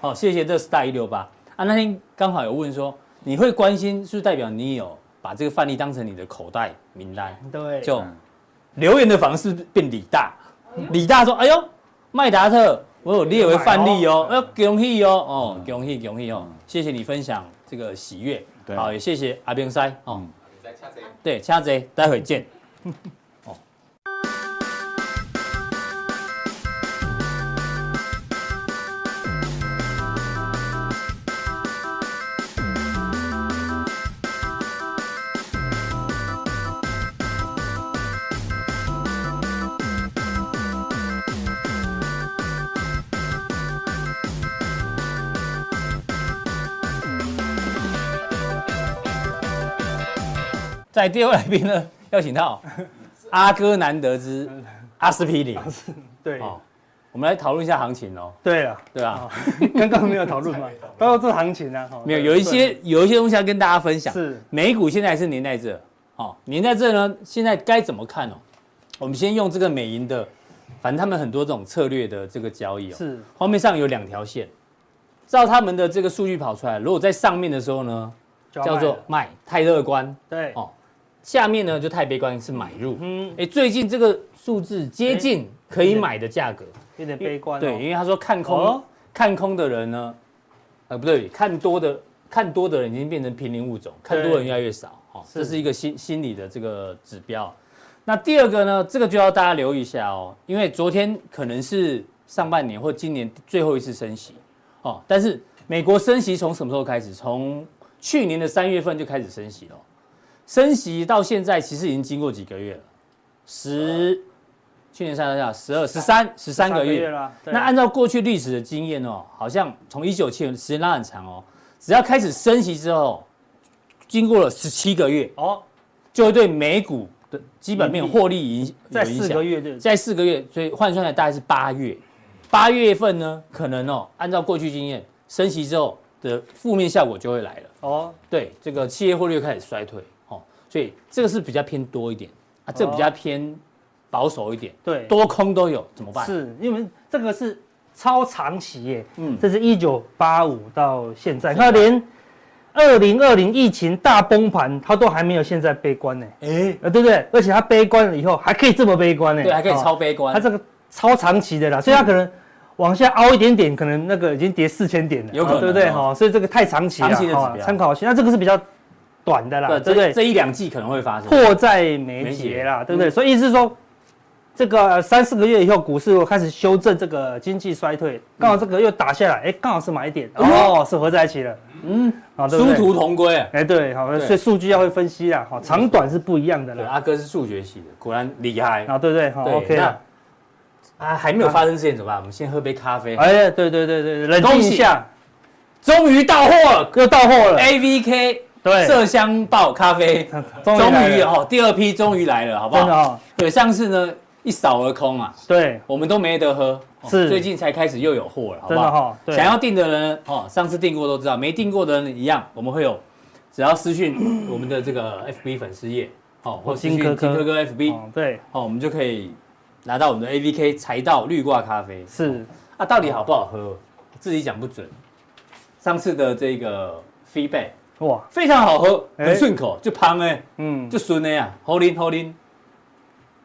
B: 好，谢谢这 star 一六八啊，那天刚好有问说，你会关心，是不是代表你有把这个范例当成你的口袋名单？
A: 对，
B: 就
C: 嗯
B: 留言的方式变李大，李大说：“哎呦，麦达特，我有列为范例哦，
A: 哎
B: 要恭喜哦，哦，
C: 嗯
B: 恭喜恭喜哦
C: 嗯，
B: 谢谢你分享这个喜悦，
C: 对
B: 好，也谢谢阿边塞哦，
C: 嗯
D: 你在下谁？
B: 对，掐贼，待会见。”在第二位来宾呢，邀请到 阿哥难得 之阿司匹林。
A: 对
B: 哦，我们来讨论一下行情哦，
A: 对 了，
B: 对吧？
A: 刚刚没有讨 论嘛，包括这行情啊，哦
B: 没有，有一些有一些东西要跟大家分享。
A: 是
B: 美股现在是粘在这，哦，粘在这呢，现在该怎么看哦？我们先用这个美银的，反正他们很多这种策略的这个交易哦，
A: 是
B: 画面上有两条线，照他们的这个数据跑出来，如果在上面的时候呢，
A: 就要
B: 叫
A: 卖
B: 做
A: 了
B: 卖太乐观，
A: 对
B: 哦，下面呢就太悲观是买入，
A: 嗯，
B: 哎，最近这个数字接近可以买的价格，
A: 有点悲观哦，
B: 对，因为他说看空、
A: 哦
B: 看空的人呢，呃，不对，看多的看多的人已经变成濒临物种，看多的人越来越少，哦，
A: 是
B: 这是一个心心理的这个指标。那第二个呢，这个就要大家留意一下哦，因为昨天可能是上半年或今年最后一次升息，哦，但是美国升息从什么时候开始？从去年的三月份就开始升息了，升息到现在其实已经经过几个月了，十，去年三月下十二十三十三个月，
A: 了，对
B: 那按照过去历史的经验哦，好像从一九七零时间拉很长哦，只要开始升息之后，经过了十七个月，
A: 哦，
B: 就会对美股的基本面
A: 盈利
B: 获利影
A: 在
B: 有影
A: 四
B: 响
A: 个月就
B: 在四个月，所以换算来大概是八月，八月份呢，可能哦，按照过去经验，升息之后的负面效果就会来了。
A: 哦，
B: 对，这个企业汇率开始衰退哦，所以这个是比较偏多一点啊，这个比较偏保守一点，
A: 对，
B: 多空都有，怎么办？
A: 是因为这个是超长期耶，
B: 嗯
A: 这是一九八五到现在，那连二零二零疫情大崩盘，它都还没有现在悲观呢，
B: 哎，
A: 呃，对不对？而且它悲观了以后还可以这么悲观呢，
B: 对，还可以
A: 哦
B: 超嗯悲观
A: 它。这个超长期的啦，所以它可能往下凹一点点，可能那个已经跌四千点了，
B: 有可能
A: 哦对不对？
B: 哦
A: 哈，所以这个太长期了，
B: 长期的指
A: 哦
B: 标
A: 参考性。那这个是比较短的啦，对不
B: 这
A: 对？
B: 这一两季可能会发生。
A: 迫在眉睫啦，
B: 嗯
A: 对不对？所以意思是说，这个呃三四个月以后，股市又开始修正这个经济衰退，刚好这个又打下来，哎，刚好是买点，
B: 哎呦
A: 哦，是合在一起了，
B: 嗯，
A: 啊，对不
B: 殊
A: 对？
B: 途同归啊。
A: 哎，对，好，
B: 对
A: 所以数据要会分析啦，好，哦长短是不一样的
B: 对，
A: 啦，
B: 阿哥是数学系的，果然厉害。
A: 啊，对不对？好
B: 对
A: ，OK 啦，啊
B: 啊，还没有发生之前怎么办？我们先喝杯咖啡。
A: 哎哎，对对对对，对冷
B: 恭
A: 静
B: 喜
A: 一下，
B: 终于到货了哎
A: 又到货了，
B: ，A V K
A: 对
B: 麝香爆咖啡，
A: 终
B: 终
A: 于来
B: 于
A: 了
B: 哦，第二批终于来了，好不
A: 真的
B: 好？
A: 哦，
B: 对，上次呢一扫而空啊，
A: 对，
B: 我们都没得喝，哦
A: 是
B: 最近才开始又有货了，好
A: 真
B: 不
A: 的
B: 好？
A: 哈，对，
B: 想要订的人哦，上次订过都知道，没订过的人一样，我们会有，只要私讯我们的这个 FB 粉丝页哦，或私讯
A: 金科科
B: 金科科 FB
A: 哦对，
B: 哦，我们就可以拿到我们的 AVK 柴道绿挂咖啡
A: 是
B: 啊，到底好不好喝，自己讲不准。上次的这个 feedback
A: 哇，
B: 非常好喝，
A: 哎
B: 很顺口，就胖哎，
A: 嗯，
B: 就顺的呀，好啉好啉，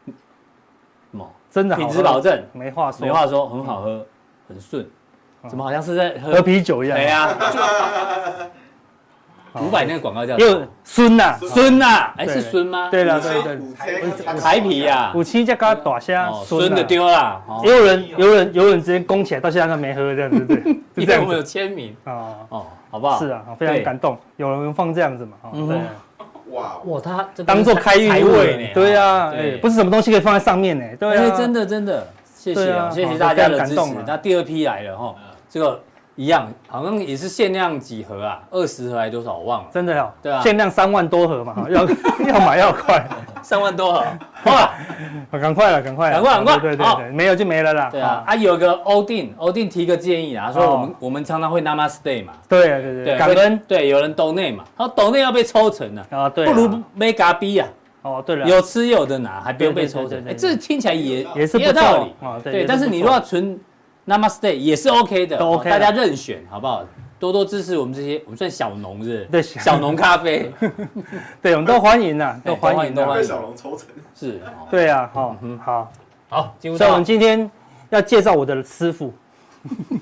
B: 什么
A: 真的好
B: 品
A: 喝
B: 质保证，
A: 没话说，
B: 没话说，很好喝，很顺，怎么好像是在喝
A: 喝啤酒一样，
B: 对啊呀，
A: 好
B: 五百那个广告叫
A: 又孙呐，
B: 孙呐，哎
A: 对
B: 是孙吗？
A: 对了对对，
D: 五千
B: 台皮呀，
A: 五七加加大虾，
B: 哦
A: 孙
B: 孙
A: 呐
B: 的，丢啦，哦
A: 也有人有人有人直接拱起来，到现在都没喝这样 子，对，就这
B: 因为
A: 样
B: 我们有
A: 子
B: 签名
A: 啊，
B: 哦，好不好？
A: 是啊，好非常
B: 对
A: 感动，有人放这样子嘛，哦
B: 嗯哼
A: 对，
D: 哇，
B: 哇，他这
A: 当做开运
B: 财
A: 物
B: 位呢，
A: 对呀，
B: 对啊
A: 哎不是什么东西可以放在上面呢，对
B: 哎
A: 啊，
B: 真的真的，谢谢
A: 对
B: 啊
A: 啊
B: 谢
A: 好
B: 谢大家
A: 非
B: 的
A: 常
B: 支
A: 感
B: 持
A: 动啊。
B: 那第二批来了哈，这个一样，好像也是限量几盒啊，二十盒还多少我忘了，
A: 真的呀，
B: 对啊
A: 限量三万多盒嘛，哈要要 买要快，
B: 三万多盒，哇，
A: 好赶快了，赶快了，
B: 赶快赶快
A: 对对
B: 好
A: 对对，没有就没了啦，
B: 对啊，啊有个欧定，欧定提个建议啊，他说我们
A: 哦
B: 我们常常会 Namaste 嘛，
A: 对啊对
B: 对，
A: 对，感恩
B: 会对有人抖内嘛，然后抖内要被抽成啊，
A: 啊，对啊，
B: 不如没嘎逼啊，
A: 哦对了，
B: 有吃有的拿，还不用被抽
A: 对
B: 成
A: 对，对
B: 哎，
A: 对
B: 这听起来也
A: 也是不
B: 有
A: 错
B: 道理
A: 啊，
B: 对，
A: 也
B: 但是
A: 不
B: 你
A: 错
B: 如果存 Namaste 也是 OK 的，
A: 都 OK 啊
B: 大
A: 啦
B: 家任选好不好？多多支持我们这些，我们算小农是不
A: 对
B: 是？
A: 小
B: 小农 咖啡
A: 对，我们都欢迎呐，
B: 对
A: 都欢迎啊都
B: 都欢
A: 欢
B: 迎
D: 被
A: 迎。
D: 小龙抽成，
B: 是，哦
A: 对啊，好，好，
B: 好，进入
A: 所以我
B: 到
A: 们今天要介绍我的师傅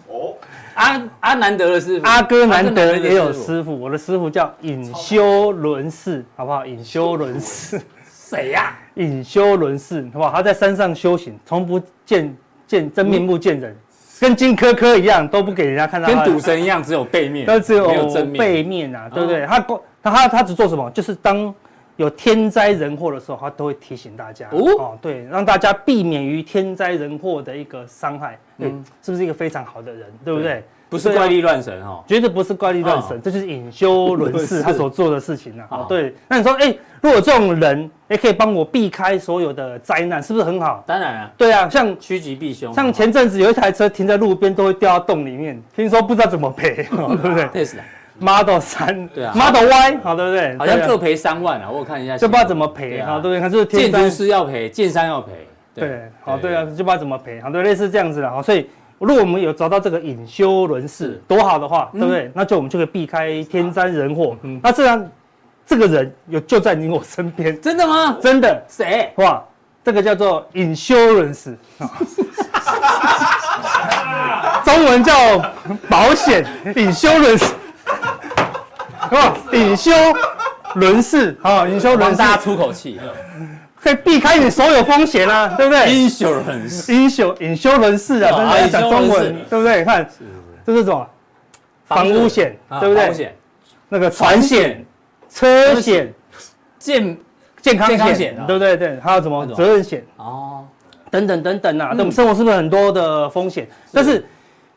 D: 哦，
B: 阿阿南德的师傅，
A: 阿哥，难得
B: 的
A: 也有
B: 傅
A: 师傅，我的师傅叫隐修伦士，好不好？隐修伦士，
B: 谁呀？
A: 隐修伦士，好不好？他在山上修行，从不见见真面目见人，跟金科科一样，都不给人家看到
B: 跟
A: 他的
B: 赌神一样，只有背面，
A: 但只
B: 没
A: 有
B: 有正面。哦
A: 背面啊，对不对？他过他他他只做什么？就是当有天灾人祸的时候，他都会提醒大家
B: 哦
A: 哦对，让大家避免于天灾人祸的一个伤害。对，是不是一个非常好的人，对不对？
B: 嗯不是
A: 对啊
B: 怪力乱神哦，
A: 绝对不是怪力乱神，
B: 哦
A: 这就是隐修 伦
B: 是
A: 士他所做的事情啊。
B: 好
A: 哦对，那你说，哎，如果这种人，哎，可以帮我避开所有的灾难，是不是很好？
B: 当然啊，
A: 对啊，像
B: 趋吉避凶。
A: 像前阵子有一台车停在路边，都会掉到洞里面，听说不知道怎么赔，哦对不对？
B: t e s
A: Model 三，
B: 对啊
A: m o d e l Y，好，对不对？
B: 好像
A: 对啊
B: 各赔三万啊，我有看一下新闻，
A: 就不知道怎么赔，好，对不对？看这是
B: 建
A: 天
B: 筑
A: 灾，
B: 师要赔，建商要赔，
A: 对，好，对啊，就不知道怎么赔，好，对，类似这样子的，好，所以如果我们有找到这个隐修轮
B: 是嗯
A: 式，多好的话，对不对？那就我们就可以避开天灾人祸。那这样，这个人有就在你我身边，
B: 真的吗？
A: 真的
B: 谁？
A: 哇，这个叫做 insurance，中文叫保险 insurance，哇，隐修轮式啊，隐修轮
B: 让
A: 式
B: 大家出口气
A: 可以避开你所有风险啊，对不对？
B: ，insurance
A: 隐修隐修轮式啊，
B: 哦
A: 真的要讲中文
B: 啊，
A: 对不对？看，这是什么？房屋险，
B: 啊
A: 对不
B: 保
A: 对？
B: 险、
A: 那个船险、、车险、
B: 健
A: 健
B: 健康
A: 康
B: 险
A: 险
B: 啊，
A: 对不对？对，还有什么
B: 那种
A: 责任险？
B: 哦，
A: 等等等等啊，对我们生活是不是很多的风险？但是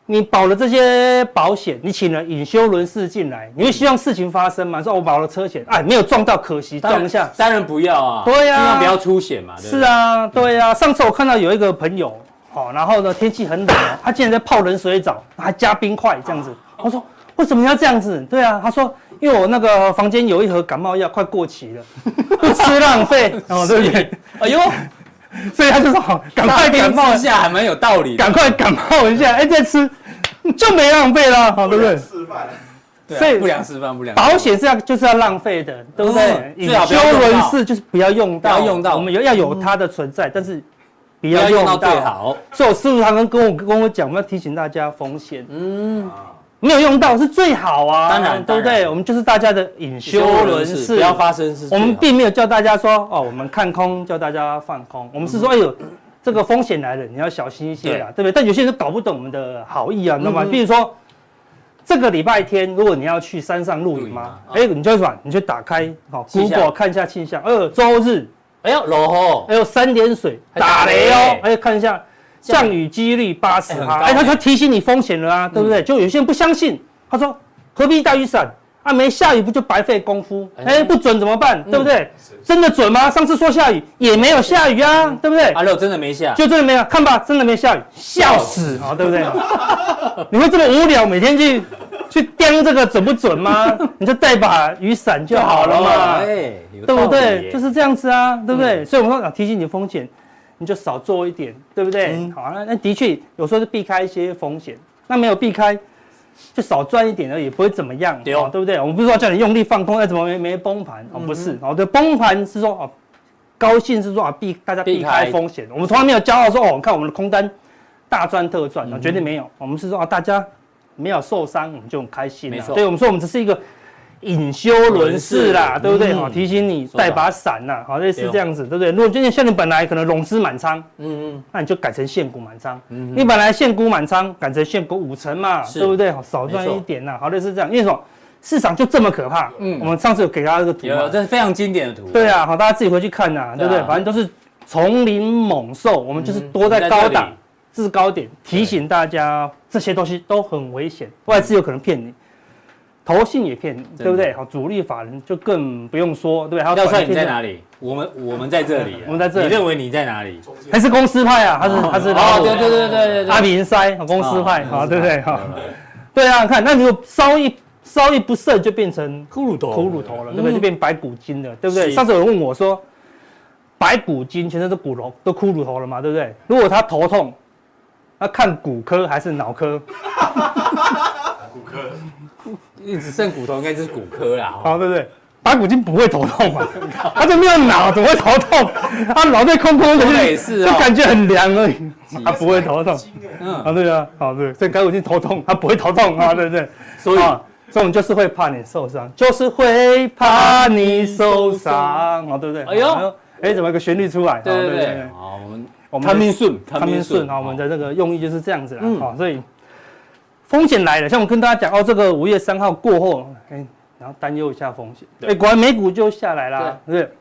A: 你保了这些保险，你请了隐修轮士进来，你会希望事情发生吗？说哦我保了车险，哎，没有撞到，可惜
B: 当然
A: 撞一下。
B: 当然不要啊，
A: 对啊
B: 尽量不要出险嘛，对不
A: 是
B: 对，
A: 啊，对啊。上次我看到有一个朋友，哦，然后呢天气很 冷哦，他竟然在泡冷水澡，还加冰块这样子。我说为什么你要这样子？对啊，他说因为我那个房间有一盒感冒药快过期 了，不吃浪费哦，对不对？
B: 哎呦，
A: 所以他就说好，赶快感
B: 大兵
A: 冒
B: 之下还蛮有道理的，
A: 赶快感冒一下，哎、再吃就没浪费啦，好对不对？
D: 示范，
B: 对啊
A: 所以
B: 不良示范，不良示范
A: 保险是要就是要浪费的，对不对
B: 嗯？
A: 隐
B: 最好不
A: 修
B: 要用到
A: 轮式就是不要用到，
B: 不要用到
A: 我们有要有它的存在，但是不
B: 不
A: 要
B: 要用
A: 用
B: 到
A: 到。
B: 最好，
A: 所以我师傅常常跟我跟我讲，我们要提醒大家风险，
B: 嗯，
A: 没有用到是最好啊，
B: 当然
A: 对不
B: 当
A: 对？
B: 然
A: 我们就是大家的隐修轮式，
B: 不要发生是最好，
A: 我们并没有叫大家说哦，我们看空，叫大家放空。我们是说，
B: 嗯
A: 哎呦，这个风险来了，你要小心一些啦，对不对？但有些人搞不懂我们的好意啊，你知道吗？
B: 嗯嗯
A: 比如说，这个礼拜天，如果你要去山上露营嘛，
B: 露啊
A: 哎，你就软，你就打开好
B: 气象
A: Google 看一下气象，哎呦，周日，
B: 哎呦，落后
A: 哎呦，三点水，
B: 还打
A: 打
B: 雷
A: 雷哦，哎，看一下降雨几率八十
B: 哎很
A: 趴，
B: 高
A: 哎，他
B: 哎
A: 就提醒你风险了啊，对不对？就有些人不相信，他说何必大雨伞啊？没下雨不就白费功夫？
B: 哎
A: 哎、不准怎么办？对不对？
D: 是
A: 真的准吗？上次说下雨也没有下雨啊，对不对？
B: 阿六真的没下，
A: 就真的没有，看吧，真的没下雨，笑死啊、哦对不对？你会这么无聊，每天去去盯这个准不准吗？你就带把雨伞就好了嘛，
B: 哎，
A: 对
B: 对
A: 不对？就是这样子啊，对不
B: 嗯
A: 对？所以我们说、啊、提醒你的风险，你就少做一点，对不对？
B: 嗯
A: 好啊，那那的确有时候是避开一些风险，那没有避开。就少赚一点而已，也不会怎么样，
B: 对哦嗯
A: 对不对？我们不是说叫你用力放空，哎，怎么没没崩盘？哦，不是，哦，对，崩盘是说哦，高兴是说啊避大家避
B: 避
A: 开
B: 开
A: 风险，我们从来没有骄傲说哦，看我们的空单大赚特赚，啊，
B: 嗯
A: 绝对没有。我们是说啊，大家没有受伤，我们就很开心
B: 没
A: 了。
B: 错
A: 所以我们说我们只是一个隐修轮式啦，
B: 轮式
A: 对不对？
B: 嗯
A: 好，提醒你
B: 说得好
A: 带把伞呐，好，类似
B: 对哦
A: 这样子，对不对？如果今天像你本来可能融资满仓，
B: 嗯嗯，
A: 那你就改成现股满仓。
B: 嗯
A: 你本来现股满仓，改成现股五成嘛，
B: 是
A: 对不对？好少赚
B: 没错
A: 一点呐，好，类似这样。因为什么？市场就这么可怕。
B: 嗯
A: 嗯，我们上次有给大家这个图
B: 有
A: 嘛
B: 有，，这是非常经典的图。
A: 对啊，好，大家自己回去看呐、
B: 对
A: 对
B: 啊
A: 不对？反正都是丛林猛兽，我们就是多在
B: 嗯
A: 高
B: 在这
A: 档
B: 里、
A: 制高点，提醒大家这些东西都很危险，外资有可能骗你。投信也骗你，
B: 的
A: 对不对？好，主力法人就更不用说，对不对？还有
B: 廖
A: 短
B: 帅你
A: 线
B: 在
A: 的？
B: 哪里？我们我们在这里啊，
A: 我们在这里
B: 你认为你在 哪里？
D: 中间
A: 还是公司派啊？他是他是老虎
B: 哦对对对对哦对对，
A: 阿明塞，好公司派，好对不对？好，对啊，看那如果稍一稍一不慎就变成
B: 骷髅头，
A: 头乳头了，对不对？
B: 嗯
A: 就变白骨精了，对不对？
B: 是
A: 上次有人问我说，白骨精全身都骨头都骷髅头了嘛，对不对？如果他头痛，那看骨科还是脑科？
D: 骨科，
B: 你只剩骨头，应该就是骨科啦。哦
A: 好，啊对不对？白骨精不会头痛嘛，他就没有脑，怎么会头 痛？他脑袋空空的，
B: 说
A: 就
B: 得也是
A: 就
B: 哦
A: 感觉很凉而已，他不会头痛。
D: 欸
A: 啊，
B: 嗯，
A: 对啊，好对，所以白骨精头痛，他不会头痛啊，对不对？
B: 所以
A: 啊所以我们就是会怕你受伤，就是会怕你受伤，哦，对不对？
B: 哎呦
A: 好，哎，怎么有个旋律出来？哦
B: 对对对，好，我们
A: 我们
B: 汤明顺，
A: 他们顺啊，我们
B: 的
A: 的这个用意就是这样子啦哦
B: 嗯。
A: 好，所以风险来了，像我跟大家讲哦，这个五月三号过后，哎，然后担忧一下风险，
B: 对
A: 哎，果然美股就下来啦，对不对？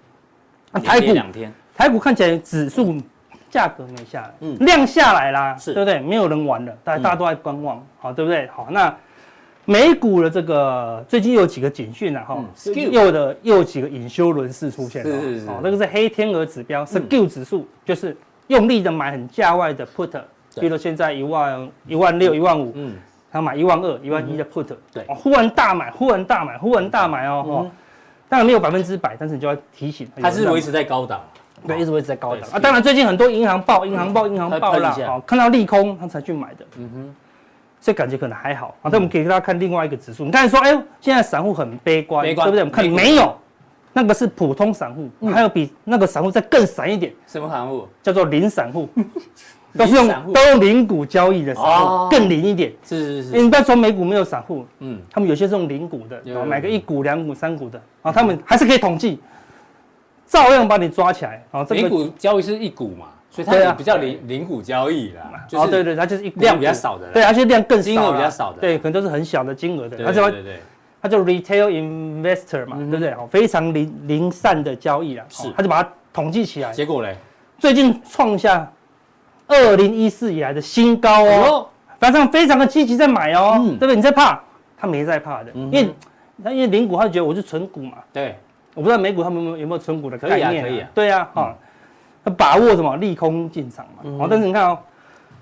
A: 啊台股
B: 两天，
A: 台股看起来指数价格没下来，
B: 嗯
A: 量下来啦，
B: 是
A: 对不对？没有人玩了，大家
B: 嗯
A: 大家都在观望，好，对不对？好，那美股的这个最近又有几个警讯了啊哈
B: 嗯，
A: 最
B: skill
A: 近又有的又有几个隐修轮式出现了，
B: 是嗯是是
A: 哦，那个是黑天鹅指标，SKU 指数就是用力的买很价外的 put。
B: 对
A: 比如现在一万、一万六、一万五，
B: 嗯，
A: 他买一万二、一万一的 put，
B: 对
A: 哦忽然大买，忽然大买，忽然大买哦，哦
B: 嗯
A: 当然没有百分之百，但是你就要提醒，
B: 它是
A: 有人
B: 维持在高档，
A: 哎对，一直会在高档
B: 对
A: 啊。当然，最近很多银行报、银行报、银行报
B: 嗯它
A: 啦
B: 喷一，下
A: 哦，看到利空他才去买的，
B: 嗯哼，
A: 所以感觉可能还好。啊，但我们给大家看另外一个指数，你刚才说，哎呦，现在散户很悲观，
B: 嗯悲观
A: 对不对？我们看
B: 悲观嗯
A: 没有，那个是普通散户，还有比那个散户再更散一点，
B: 什么行户？
A: 叫做零散户， 都是用
B: 嗯零散户
A: 都用零股交易的散
B: 哦
A: 户，更零一点。
B: 是是
A: 因为
B: 是，
A: 你不要说美股没有散户，
B: 嗯，
A: 他们有些是用零股的，
B: 有
A: 然后买个一股、两股、三股的，啊，他们还是可以统计，照样把你抓起来。啊，这
B: 美
A: 个
B: 股交易是一股嘛，所以它
A: 对啊
B: 比较零零股交易啦，就
A: 哦，对
B: 是
A: 对，它就是一股
B: 量比较，少的啦，
A: 对，而且量更少啦，
B: 金额比较少的
A: 对，可能都是很小的金额的，
B: 对
A: 而且
B: 对
A: 它
B: 对对，
A: 它叫 retail investor 嘛，
B: 嗯
A: 对不对？哦，非常零零散的交易啦，哦
B: 是
A: 他就把它统计起来，
B: 结果嘞，
A: 最近创下二零一四以来的新高哦，
B: 哦，
A: 加上非常的积极在买哦，
B: 嗯
A: 对不对？你在怕，他没在怕的，
B: 嗯哼
A: 因为他因为零股他就觉得我是纯股嘛，
B: 对，
A: 我不知道美股他们有没有有没有存股的
B: 可以啊
A: 概念、
B: 可以啊
A: 对啊，哈、他把握什么利空进场嘛，
B: 嗯
A: 好、但是你看哦，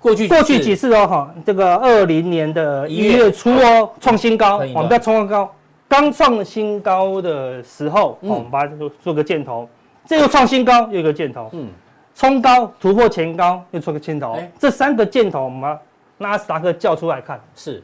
B: 过去
A: 过去几
B: 次
A: 次哦，哈，这个二零年的
B: 一
A: 一
B: 月
A: 月初哦，创新高，
B: 可以的
A: 我们不要冲高，刚创新高的时候，哦
B: 嗯
A: 我们把它做做个箭头，这又创新高，又一个箭头，
B: 嗯，
A: 冲高突破前高，又做个箭头，
B: 哎
A: 这三个箭头我们把纳斯达克叫出来看，
B: 是，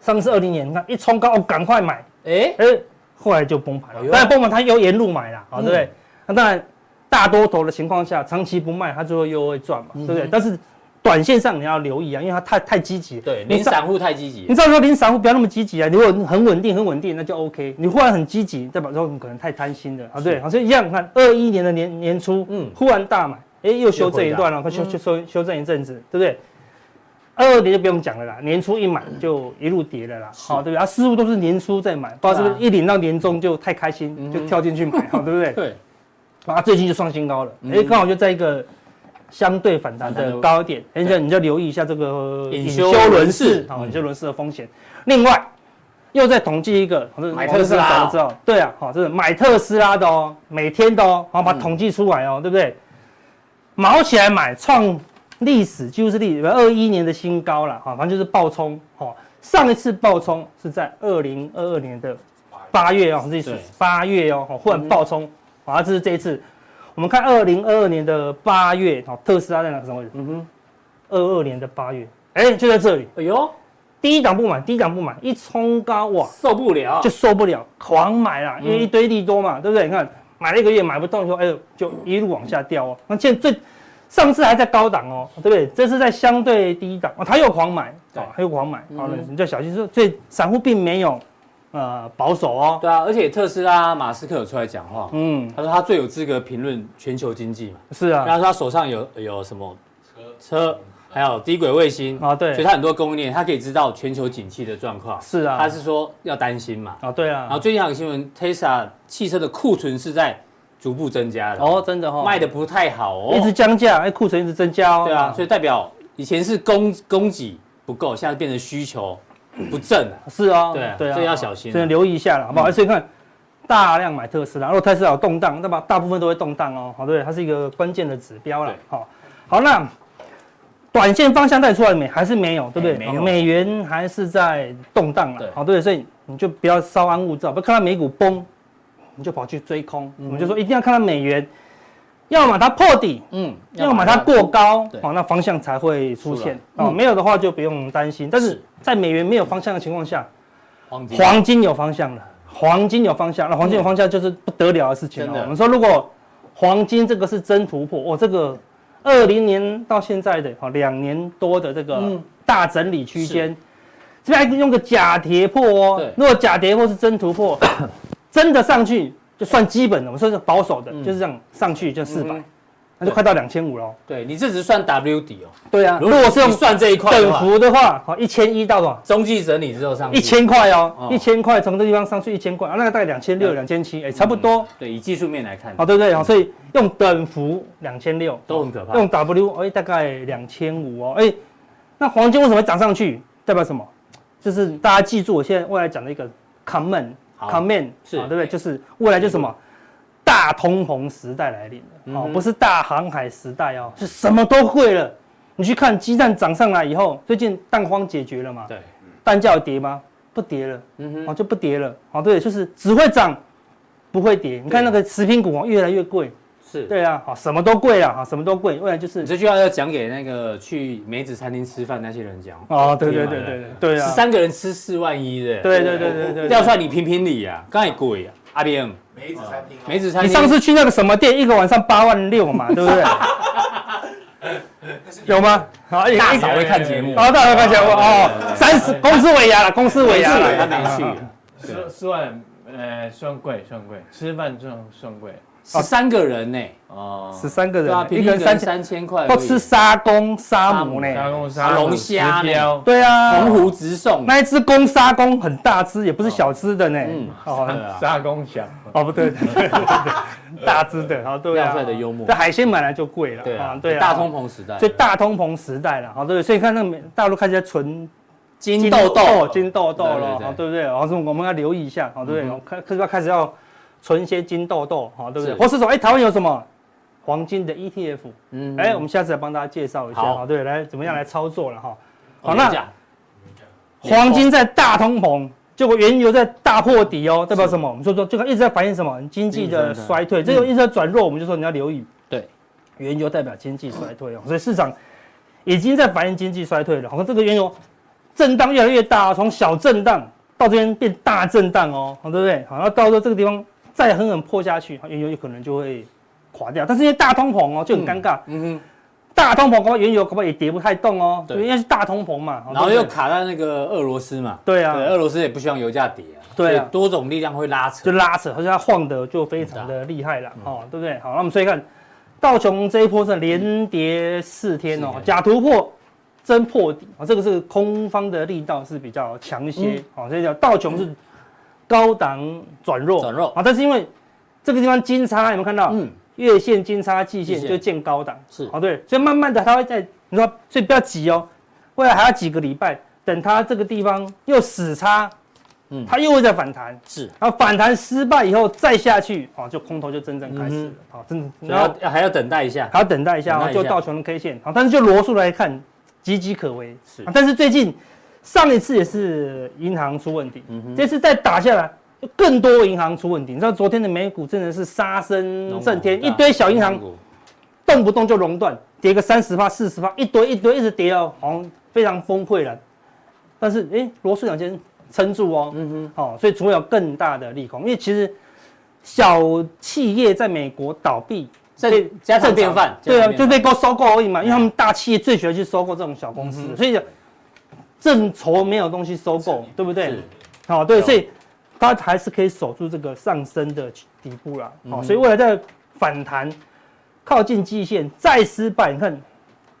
A: 上次二零年，你看一冲高，哦，赶快买，
B: 哎，
A: 哎、后来就崩盘了
B: 哎。呦
A: 当然崩盘，它又沿路买啦，好、
B: 嗯
A: 对不对？那当然，大多头的情况下，长期不卖，它最后又会赚嘛，
B: 嗯哼
A: 对不对？但是短线上你要留意啊，因为它太太积极。
B: 对，
A: 你
B: 零
A: 照
B: 散户太积极
A: 你，照说零散户不要那么积极啊，你如果很稳定、很稳定，那就 OK。你忽然很积极，代表说你可能太贪心了啊，对。好，所以一样，你看二一年的年年初，
B: 嗯
A: 嗯，忽然大买，哎，又修正一段了，
B: 又回
A: 它
B: 档
A: 修
B: 嗯
A: 修修修正一阵子，对不对？二二年就不用讲了啦，年初一买就一路跌了啦，好，对不对？啊，似乎都是年初在买，不知道是不
B: 对啊
A: 是一领到年终就太开
B: 嗯
A: 心，
B: 哼
A: 就跳进去买，好，对不对？
B: 对，
A: 啊，最近就创新高了，
B: 嗯
A: 哎，刚好就在一个相对反弹的高点，人家你就留意一下这个
B: 隐
A: 隐
B: 修
A: 修
B: 轮
A: 轮
B: 式
A: 式，
B: 嗯
A: 好，隐修轮式的风险。另外，又再统计一个，好这
B: 买特斯拉哦
A: 早就知道，对啊，好，这是买特斯拉的哦，每天的哦，好把它
B: 嗯
A: 统计出来哦，对不对？毛起来买，创历史几乎是历史二一年的新高了，哈，反正就是暴冲，哦，上一次暴冲是在二零二二年的八月哦，我们自己数
B: 对嗯
A: 八月哦，哦忽然暴冲，啊，这是这一次，我们看二零二二年的八月，哦，特斯拉在哪个什么位置？
B: 嗯哼，
A: 二二年的八月，哎、就在这里，
B: 哎呦，
A: 第一档不买，第一档不买，一冲高哇，
B: 受不了
A: 就，受不了，狂买啦，因为
B: 嗯
A: 一堆利多嘛，对不对？你看买了一个月买不动以后，哎呦，就一路往下掉哦。那现在最上次还在高档哦，对不对？这次在相对低档，哦，他又狂买，
B: 对
A: 哦，他又狂买，好了
B: 嗯，哼
A: 你就小心说，所以散户并没有呃保守哦，
B: 对啊，而且特斯拉马斯克有出来讲话，
A: 嗯，
B: 他说他最有资格评论全球经济嘛，
A: 是啊，
B: 他说他手上有有什么车，还有低轨卫星
A: 啊对
B: 所以他很多供应链，他可以知道全球景气的状况。
A: 是啊
B: 他是说要担心嘛。
A: 啊，对
B: 然后
A: 啊，
B: 最近还有个新闻，Tesla 汽车的库存是在逐步增加的，
A: 哦，真的哦，
B: 卖的不太好哦，
A: 一直降价，哎，库存一直增加哦，
B: 对啊，所以代表以前是供供给不够，现在变成需求不振了。
A: 是哦，
B: 对啊
A: 对啊，
B: 这要小心啊
A: 所以留意一下了，好不好？而且你看，大量买特斯拉，如果特斯拉有动荡，那么大部分都会动荡哦，好，对，它是一个关键的指标了
B: 对，
A: 好，好，那短线方向带出来没？还是没有，对不
B: 哎没
A: 对？
B: 有
A: 好美元还是在动荡
B: 对
A: 了，好，对，所以你就不要稍安勿躁，不要看到美股崩，你就跑去追空，
B: 嗯
A: 我们就说一定要看到美元，要么它破底，
B: 嗯，
A: 要么它过高
B: 对，
A: 哦，那方向才会出现
B: 出来嗯
A: 哦。没有的话就不用担心，但
B: 是嗯
A: 是在美元没有方向的情况下，
B: 黄金，
A: 黄金有方向了，黄金有方向，那黄金有方向就是不得了的事情
B: 嗯真
A: 了。
B: 的
A: 我们说，如果黄金这个是真突破，哦，这个二零年到现在的哦两年多的这个
B: 嗯
A: 大整理区间，这边还用个假跌破哦
B: 对。
A: 如果假跌破是真突破，真的上去就算基本的，我们说是保守的，
B: 嗯
A: 就是这样上去就四百
B: 嗯，
A: 那就快到两千五了哦。
B: 对你这只算 W 底哦。
A: 对啊
B: 如
A: 如
B: 果
A: 果
B: 我
A: 是
B: 是
A: 用
B: 用算这一块的
A: 等
B: 话，
A: 幅的话，好一千一到多少？
B: 中继整理之后上去
A: 一千块
B: 哦嗯
A: 哦，一千块从这地方上去一千块，啊那个大概两千六、两千七，哎，差不多，
B: 对，以技术面来看，
A: 好，对不对？好，所以用等幅两千六，
B: 都很可怕。
A: 用 W 哎大概两千五哦，哎，那黄金为什么会涨上去？代表什么？就是大家记住我现在未来讲的一个 comment
B: 好
A: comment
B: 是
A: 啊对不对？就是未来就是什么大通膨时代来临
B: 嗯
A: 了，哦
B: 哼，
A: 不是大航海时代哦，是什么都会了。你去看鸡蛋涨上来以后，最近蛋荒解决了嘛？
B: 对，
A: 蛋价有跌吗？不跌了。
B: 嗯哼
A: 哦，，就不跌了。哦，对，就是只会涨，不会跌。你看那个食品股哦，越来越贵。
B: 是。
A: 对啊，好，什么都贵了，哈，什么都贵。未来就
B: 你
A: 是
B: 这句话要讲给那个去梅子餐厅吃饭那些人讲。
A: 哦，对对对对对对
B: 十
A: 啊，
B: 三个人吃四万一的，
A: 对对对对对
B: 掉出
A: 对。
B: 来你评评理啊，刚才贵啊，阿扁
D: 梅子餐厅哦，
B: 梅子餐
A: 你
B: 厅，
A: 上次去那个什么店，一个晚上八万六嘛，对不对？ 有吗？好，一
B: 大嫂会看节目，
A: 哦，大家看起来哦，三十公司尾牙了，公司尾牙
B: 了，
A: 了，
B: 他没去啊，
C: 四四万，呃，算贵算贵，吃饭算算贵
B: 十三个人呢，
C: 哦。
A: 十三个
B: 对啊，
A: 人，
B: 平
A: 一
B: 均
A: 个人
B: 一个人
A: 三千，
B: 三千块而已，
A: 不吃沙公沙母
C: 沙
A: 呢？
C: 公沙
B: 龙虾呢
C: 石雕
A: 对啊，
B: 鸿鹄直送，
A: 那一只公沙公很大只，也不是小只的呢。
B: 嗯
A: 嗯，哦，
B: 对啊
C: 沙公小，
A: 哦，不对，对对对大只的，好对
B: 廖
A: 啊
B: 帅。的幽默
A: 这，海鲜本来就贵了，
B: 对啊，
A: 对啊，
B: 大通，膨时代，
A: 所以大通膨时代了，好对，所以看那个美大陆开始在存
B: 金豆豆，
A: 金豆豆
B: 对
A: 了
B: 对，对嗯
A: 好对不对？然后我们要留意一下，好对不对？开开始要开始要存一些金豆豆，好对不对？
B: 是
A: 或是说，哎，台湾有什么黄金的 ETF？
B: 嗯
A: 哎，我们下次来帮大家介绍一下，
B: 好
A: 好对，来怎么样来操作了哈？
B: 好
A: 好
B: 那
A: 那黄金在大通膨，结果原油在大破底哦，代表什么？我们说说这个一直在反映什么？经济的衰退，这个一直在转弱，我们就说你要留意。
B: 嗯对，
A: 原油代表经济衰退哦，所以市场已经在反映经济衰退了。好像这个原油震荡越来越大哦，从小震荡到这边变大震荡哦，好对不对？好，那到时候这个地方再狠狠破下去，好原油有可能就会垮掉。但是因为大通膨哦，就很尴尬，
B: 嗯
A: 大通膨恐怕原油恐怕也跌不太动哦，
B: 对
A: 对，因为是大通膨嘛，好
B: 哼，然后
A: 对不
B: 又
A: 对
B: 卡在那个俄罗斯嘛，
A: 对啊
B: 对，俄罗斯也不希望油价跌啊，
A: 对啊
B: 所以多种力量会拉扯
A: 就，拉扯，而且它晃的就非常的厉害了，
B: 嗯
A: 哦，对不对？好，那我们所以看道琼这一波是连跌四天哦
B: 是，
A: 假突破真破底啊、哦，这个是空方的力道是比较强一
B: 嗯
A: 些，哦，所以叫道琼是高档转弱，
B: 转弱
A: 啊、但是因为这个地方金叉有没有看到？
B: 嗯，
A: 月线、金叉、季线
B: 季线
A: 就见高档，
B: 是
A: 哦，对，所以慢慢的它会在你说，所以不要急哦，未来还要几个礼拜，等它这个地方又死叉
B: 嗯
A: 它又会再反弹，
B: 是，
A: 然后反弹失败以后再下去，哦，就空头就真正开始了，
B: 嗯
A: 好、真然
B: 然
A: 后
B: 后还要等待一下，
A: 还要等待一下，
B: 等
A: 哦
B: 待一下
A: 就到穷 K 线，哦好、但是就罗素来看，岌岌可危，
B: 是
A: 啊但是最近上一次也是银行出问题，
B: 嗯
A: 这次再打下来。就更多银行出问题，你知道昨天的美股真的是杀声震天，一堆小银行
B: 股
A: 动不动就熔断，跌个三十趴、四十趴，一堆一堆一直跌哦，好像非常崩溃了。但是哎，罗素两先撑住哦，嗯哼，好、所以除非有更大的利空，因为其实小企业在美国倒闭，
B: 这
A: 对
B: 家常便饭，
A: 对啊，
B: 家常便饭
A: 就被够收购而已嘛，因为他们大企业最喜欢去收购这种小公司，
B: 哎嗯哼
A: 所以正愁没有东西收购，对不对
B: 是？啊
A: 好、对，
B: 有
A: 所以它还是可以守住这个上升的底部啦。好、
B: 嗯
A: 所以未来在反弹靠近季线再失败，你看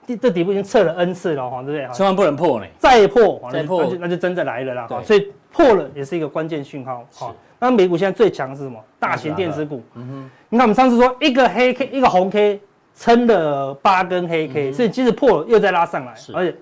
A: 这这底部已经测了 N 次了哈、对不对？好
B: 千万不能破呢，
A: 再破，哦那
B: 再
A: 就
B: 破
A: 那就那就真的来了啦。
B: 对
A: 哦所以破了也是一个关键讯号。好，那美股现在最强是什么？大型电子股。
B: 啊嗯
A: 你看我们上次说一个黑 K 一个红 K 撑了八根黑 K，、所以即使破了又再拉上来
B: 嗯是，
A: 而且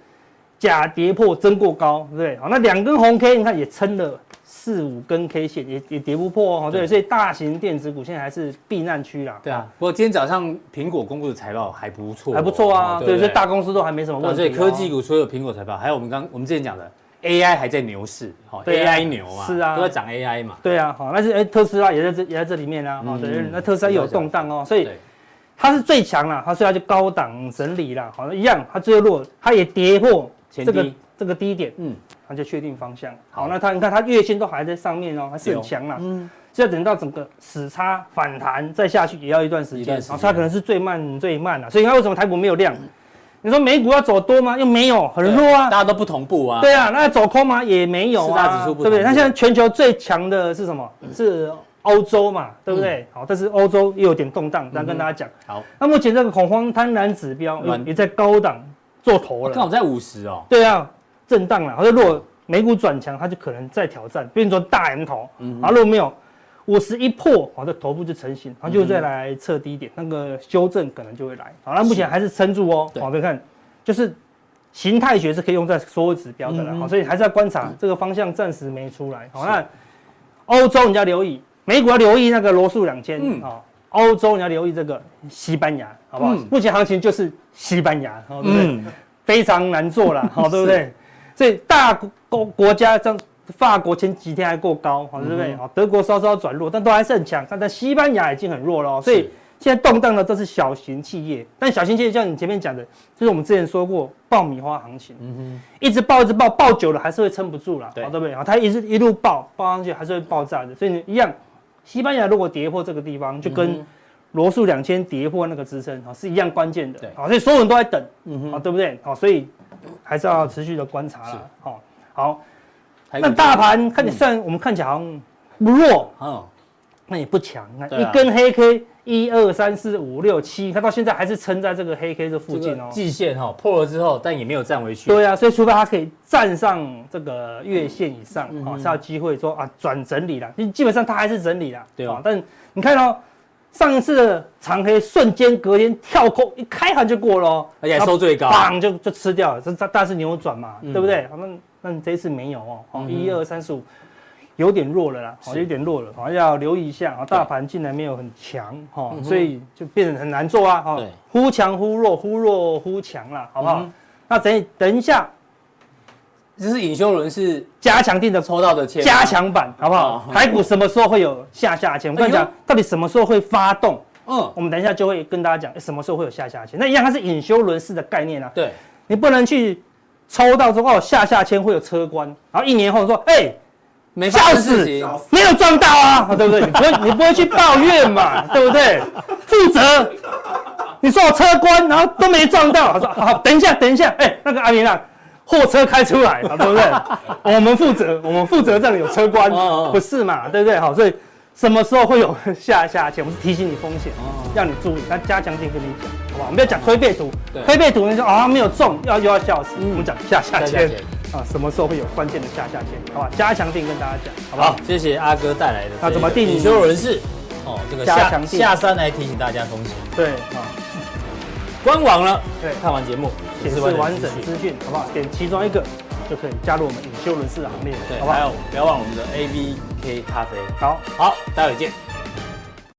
A: 假跌破真过高，对不对？好，那两根红 K 你看也撑了四五根 K 线，也也跌不破哦。对，
B: 对
A: 所以大型电子股现在还是避难区啦。
B: 对啊。不过今天早上苹果公布的财报还不错哦，
A: 还不错啊，
B: 哦
A: 对，所以
B: 不
A: 大公司都还没什么问
B: 对
A: 题、啊
B: 所以科技
A: 股
B: 股所有苹果财报，还有我们刚我们之前讲的 AI 还在牛市，好
A: 对啊
B: AI 牛嘛，
A: 是啊
B: 都在涨 AI 嘛，
A: 对啊，好，但是哎、特斯拉也在这也在这里面啊，哦
B: 嗯，
A: 对，那特斯拉也有动荡哦，所以
B: 对
A: 它是最强啦，它所以它就高档整理啦，好，一样，它最后落，它也跌破
B: 前
A: 这个
B: 低
A: 这个低点，
B: 嗯，
A: 它就确定方向。
B: 好
A: 好，那它你看它月线都还在上面哦，还是很强啦，嗯，所以要等到整个死叉反弹再下去也要一段时
B: 一
A: 间，
B: 段时
A: 然
B: 间
A: 后它可能是最慢最慢啦，所以你看为什么台股没有量？你说美股要走多吗？又没有，很弱啊
B: 大。家都不同步啊，
A: 对啊，那走空吗？也没有
B: 四
A: 啊，
B: 大指数不
A: 对
B: 同嗯
A: 不对？
B: 步
A: 那现在全球最强的是什么？是欧洲嘛，对不对？好，但是欧洲又有点动荡，那跟大家讲。
B: 嗯好，
A: 那目前这个恐慌贪婪指标
B: 蛮
A: 也在高档做头
B: 刚好
A: 了，
B: 在五十哦，
A: 对啊，震荡了。它就如果美股转强，它就可能再挑战，比如说大 M 头，
B: 嗯
A: 啊，如果没有五十一破，好，这头部就成型，然后就再来测低点，那
B: 嗯
A: 个修正可能就会来。好，那目前还是撑住哦。
B: 对
A: 好，再看就是形态学是可以用在所有指标的
B: 嗯
A: 啦，好，所以还是要观察这个方向，暂时没出来。好，那欧洲你要留意，美股要留意那个罗素两千
B: 嗯
A: 啊，欧洲你要留意这个西班牙，好不好
B: 嗯？
A: 目前行情就是西班牙，好对不对？
B: 嗯，
A: 非常难做 啦，好对不对？所以大国国家像法国前几天还过高，好对不
B: 嗯
A: 对？好，德国稍稍转弱，但都还是很强，但但西班牙已经很弱了哦，所以
B: 是。
A: 现在动荡的都是小型企业，但小型企业像你前面讲的，就是我们之前说过爆米花行情，
B: 嗯
A: 一直爆一直爆，爆久了还是会撑不住啦，
B: 对
A: 好对不对？好，它一直一路爆爆上去还是会爆炸的，所以你一样，西班牙如果跌破这个地方，就跟
B: 嗯
A: 罗素两千跌破那个支撑，好是一样关键的
B: 对，
A: 好，所以所有人都在等，
B: 嗯
A: 好哦对不对？好，所以还是要持续的观察
B: 是
A: 啦，好，好，
B: 台股
A: 那大盘看起来虽然我们看起来好像不弱，
B: 嗯
A: 那也不强，那
B: 对啊
A: 一根黑 K，一二三四五六七，它到现在还是撑在这个黑 K 这附
B: 这
A: 近
B: 个
A: 哦。
B: 季线哈破了之后，但也没有站回去，
A: 对啊，所以除非它可以站上这个月线以上，
B: 嗯
A: 哦，才有机会说啊转整理啦。基基本上它还是整理啦，
B: 对啊
A: 哦但你看哦，上一次的长黑瞬间隔天跳空一开盘就过了哦，
B: 而且还收最高
A: 砰就就吃掉了，这这但是扭转嘛，
B: 嗯
A: 对不对？那那你这一次没有哦，哦，一二三四五。有点弱了啦，哦，
B: 是
A: 有点弱了，好像要留意一下啊。大盘竟然没有很强哈，哦所以就变得很难做啊，哈
B: 嗯对，
A: 忽强忽弱，忽弱忽强啦，好不好
B: 嗯哼？
A: 那等等一下
B: 这是隐修轮是
A: 加强定的抽
B: 抽到的签吗
A: 加，强版，好不好
B: 哦？
A: 台股什么时候会有下下签？我跟你
B: 哎
A: 讲
B: 呦，
A: 到底什么时候会发动？
B: 嗯，
A: 我们等一下就会跟大家讲，哎什么时候会有下下签。那一样，它是隐修轮式的概念啊，
B: 对，
A: 你不能去抽到说哦下下签会有车关，然后一年后说哎、
B: 没发生事
D: 笑
B: 情
D: 死，
A: 没有赚到啊，对不对？你不会你不会去抱怨 嘛，对不对？负责。你说我车关，然后都没撞到，我说好，好等一下，等一下，哎、那个阿明啊，货车开出来，好对 不对？我们负责，我们负责这里有车关
B: 哦哦哦，
A: 不是嘛，对不对？好，所以什么时候会有下下签？我们是提醒你风险，
B: 哦
A: 让你注意，那加强点跟你讲，好不好？我们不要讲推背图
B: 对，嗯
A: 推背图你说啊没有中，要又要笑死，我们讲下下
B: 下下
A: 签
B: 签
A: 啊，什么时候会有关键的下下签？好吧，加强点跟大家讲，好不好
B: 好？，谢谢阿哥带来的这个。
A: 那怎么定
B: 隐修轮是哦，这个
A: 加
B: 下
A: 强定
B: 下山来提醒大家风险。
A: 对啊。
B: 官网了，
A: 对
B: 看完节目
A: 显示完整资讯，好不好？点其中一个，就可以加入我们隐修轮式的行列了，
B: 对，
A: 好不
B: 还
A: 好？
B: 有不要忘了我们的 A V K 咖啡。
A: 好。
B: 好，待会见。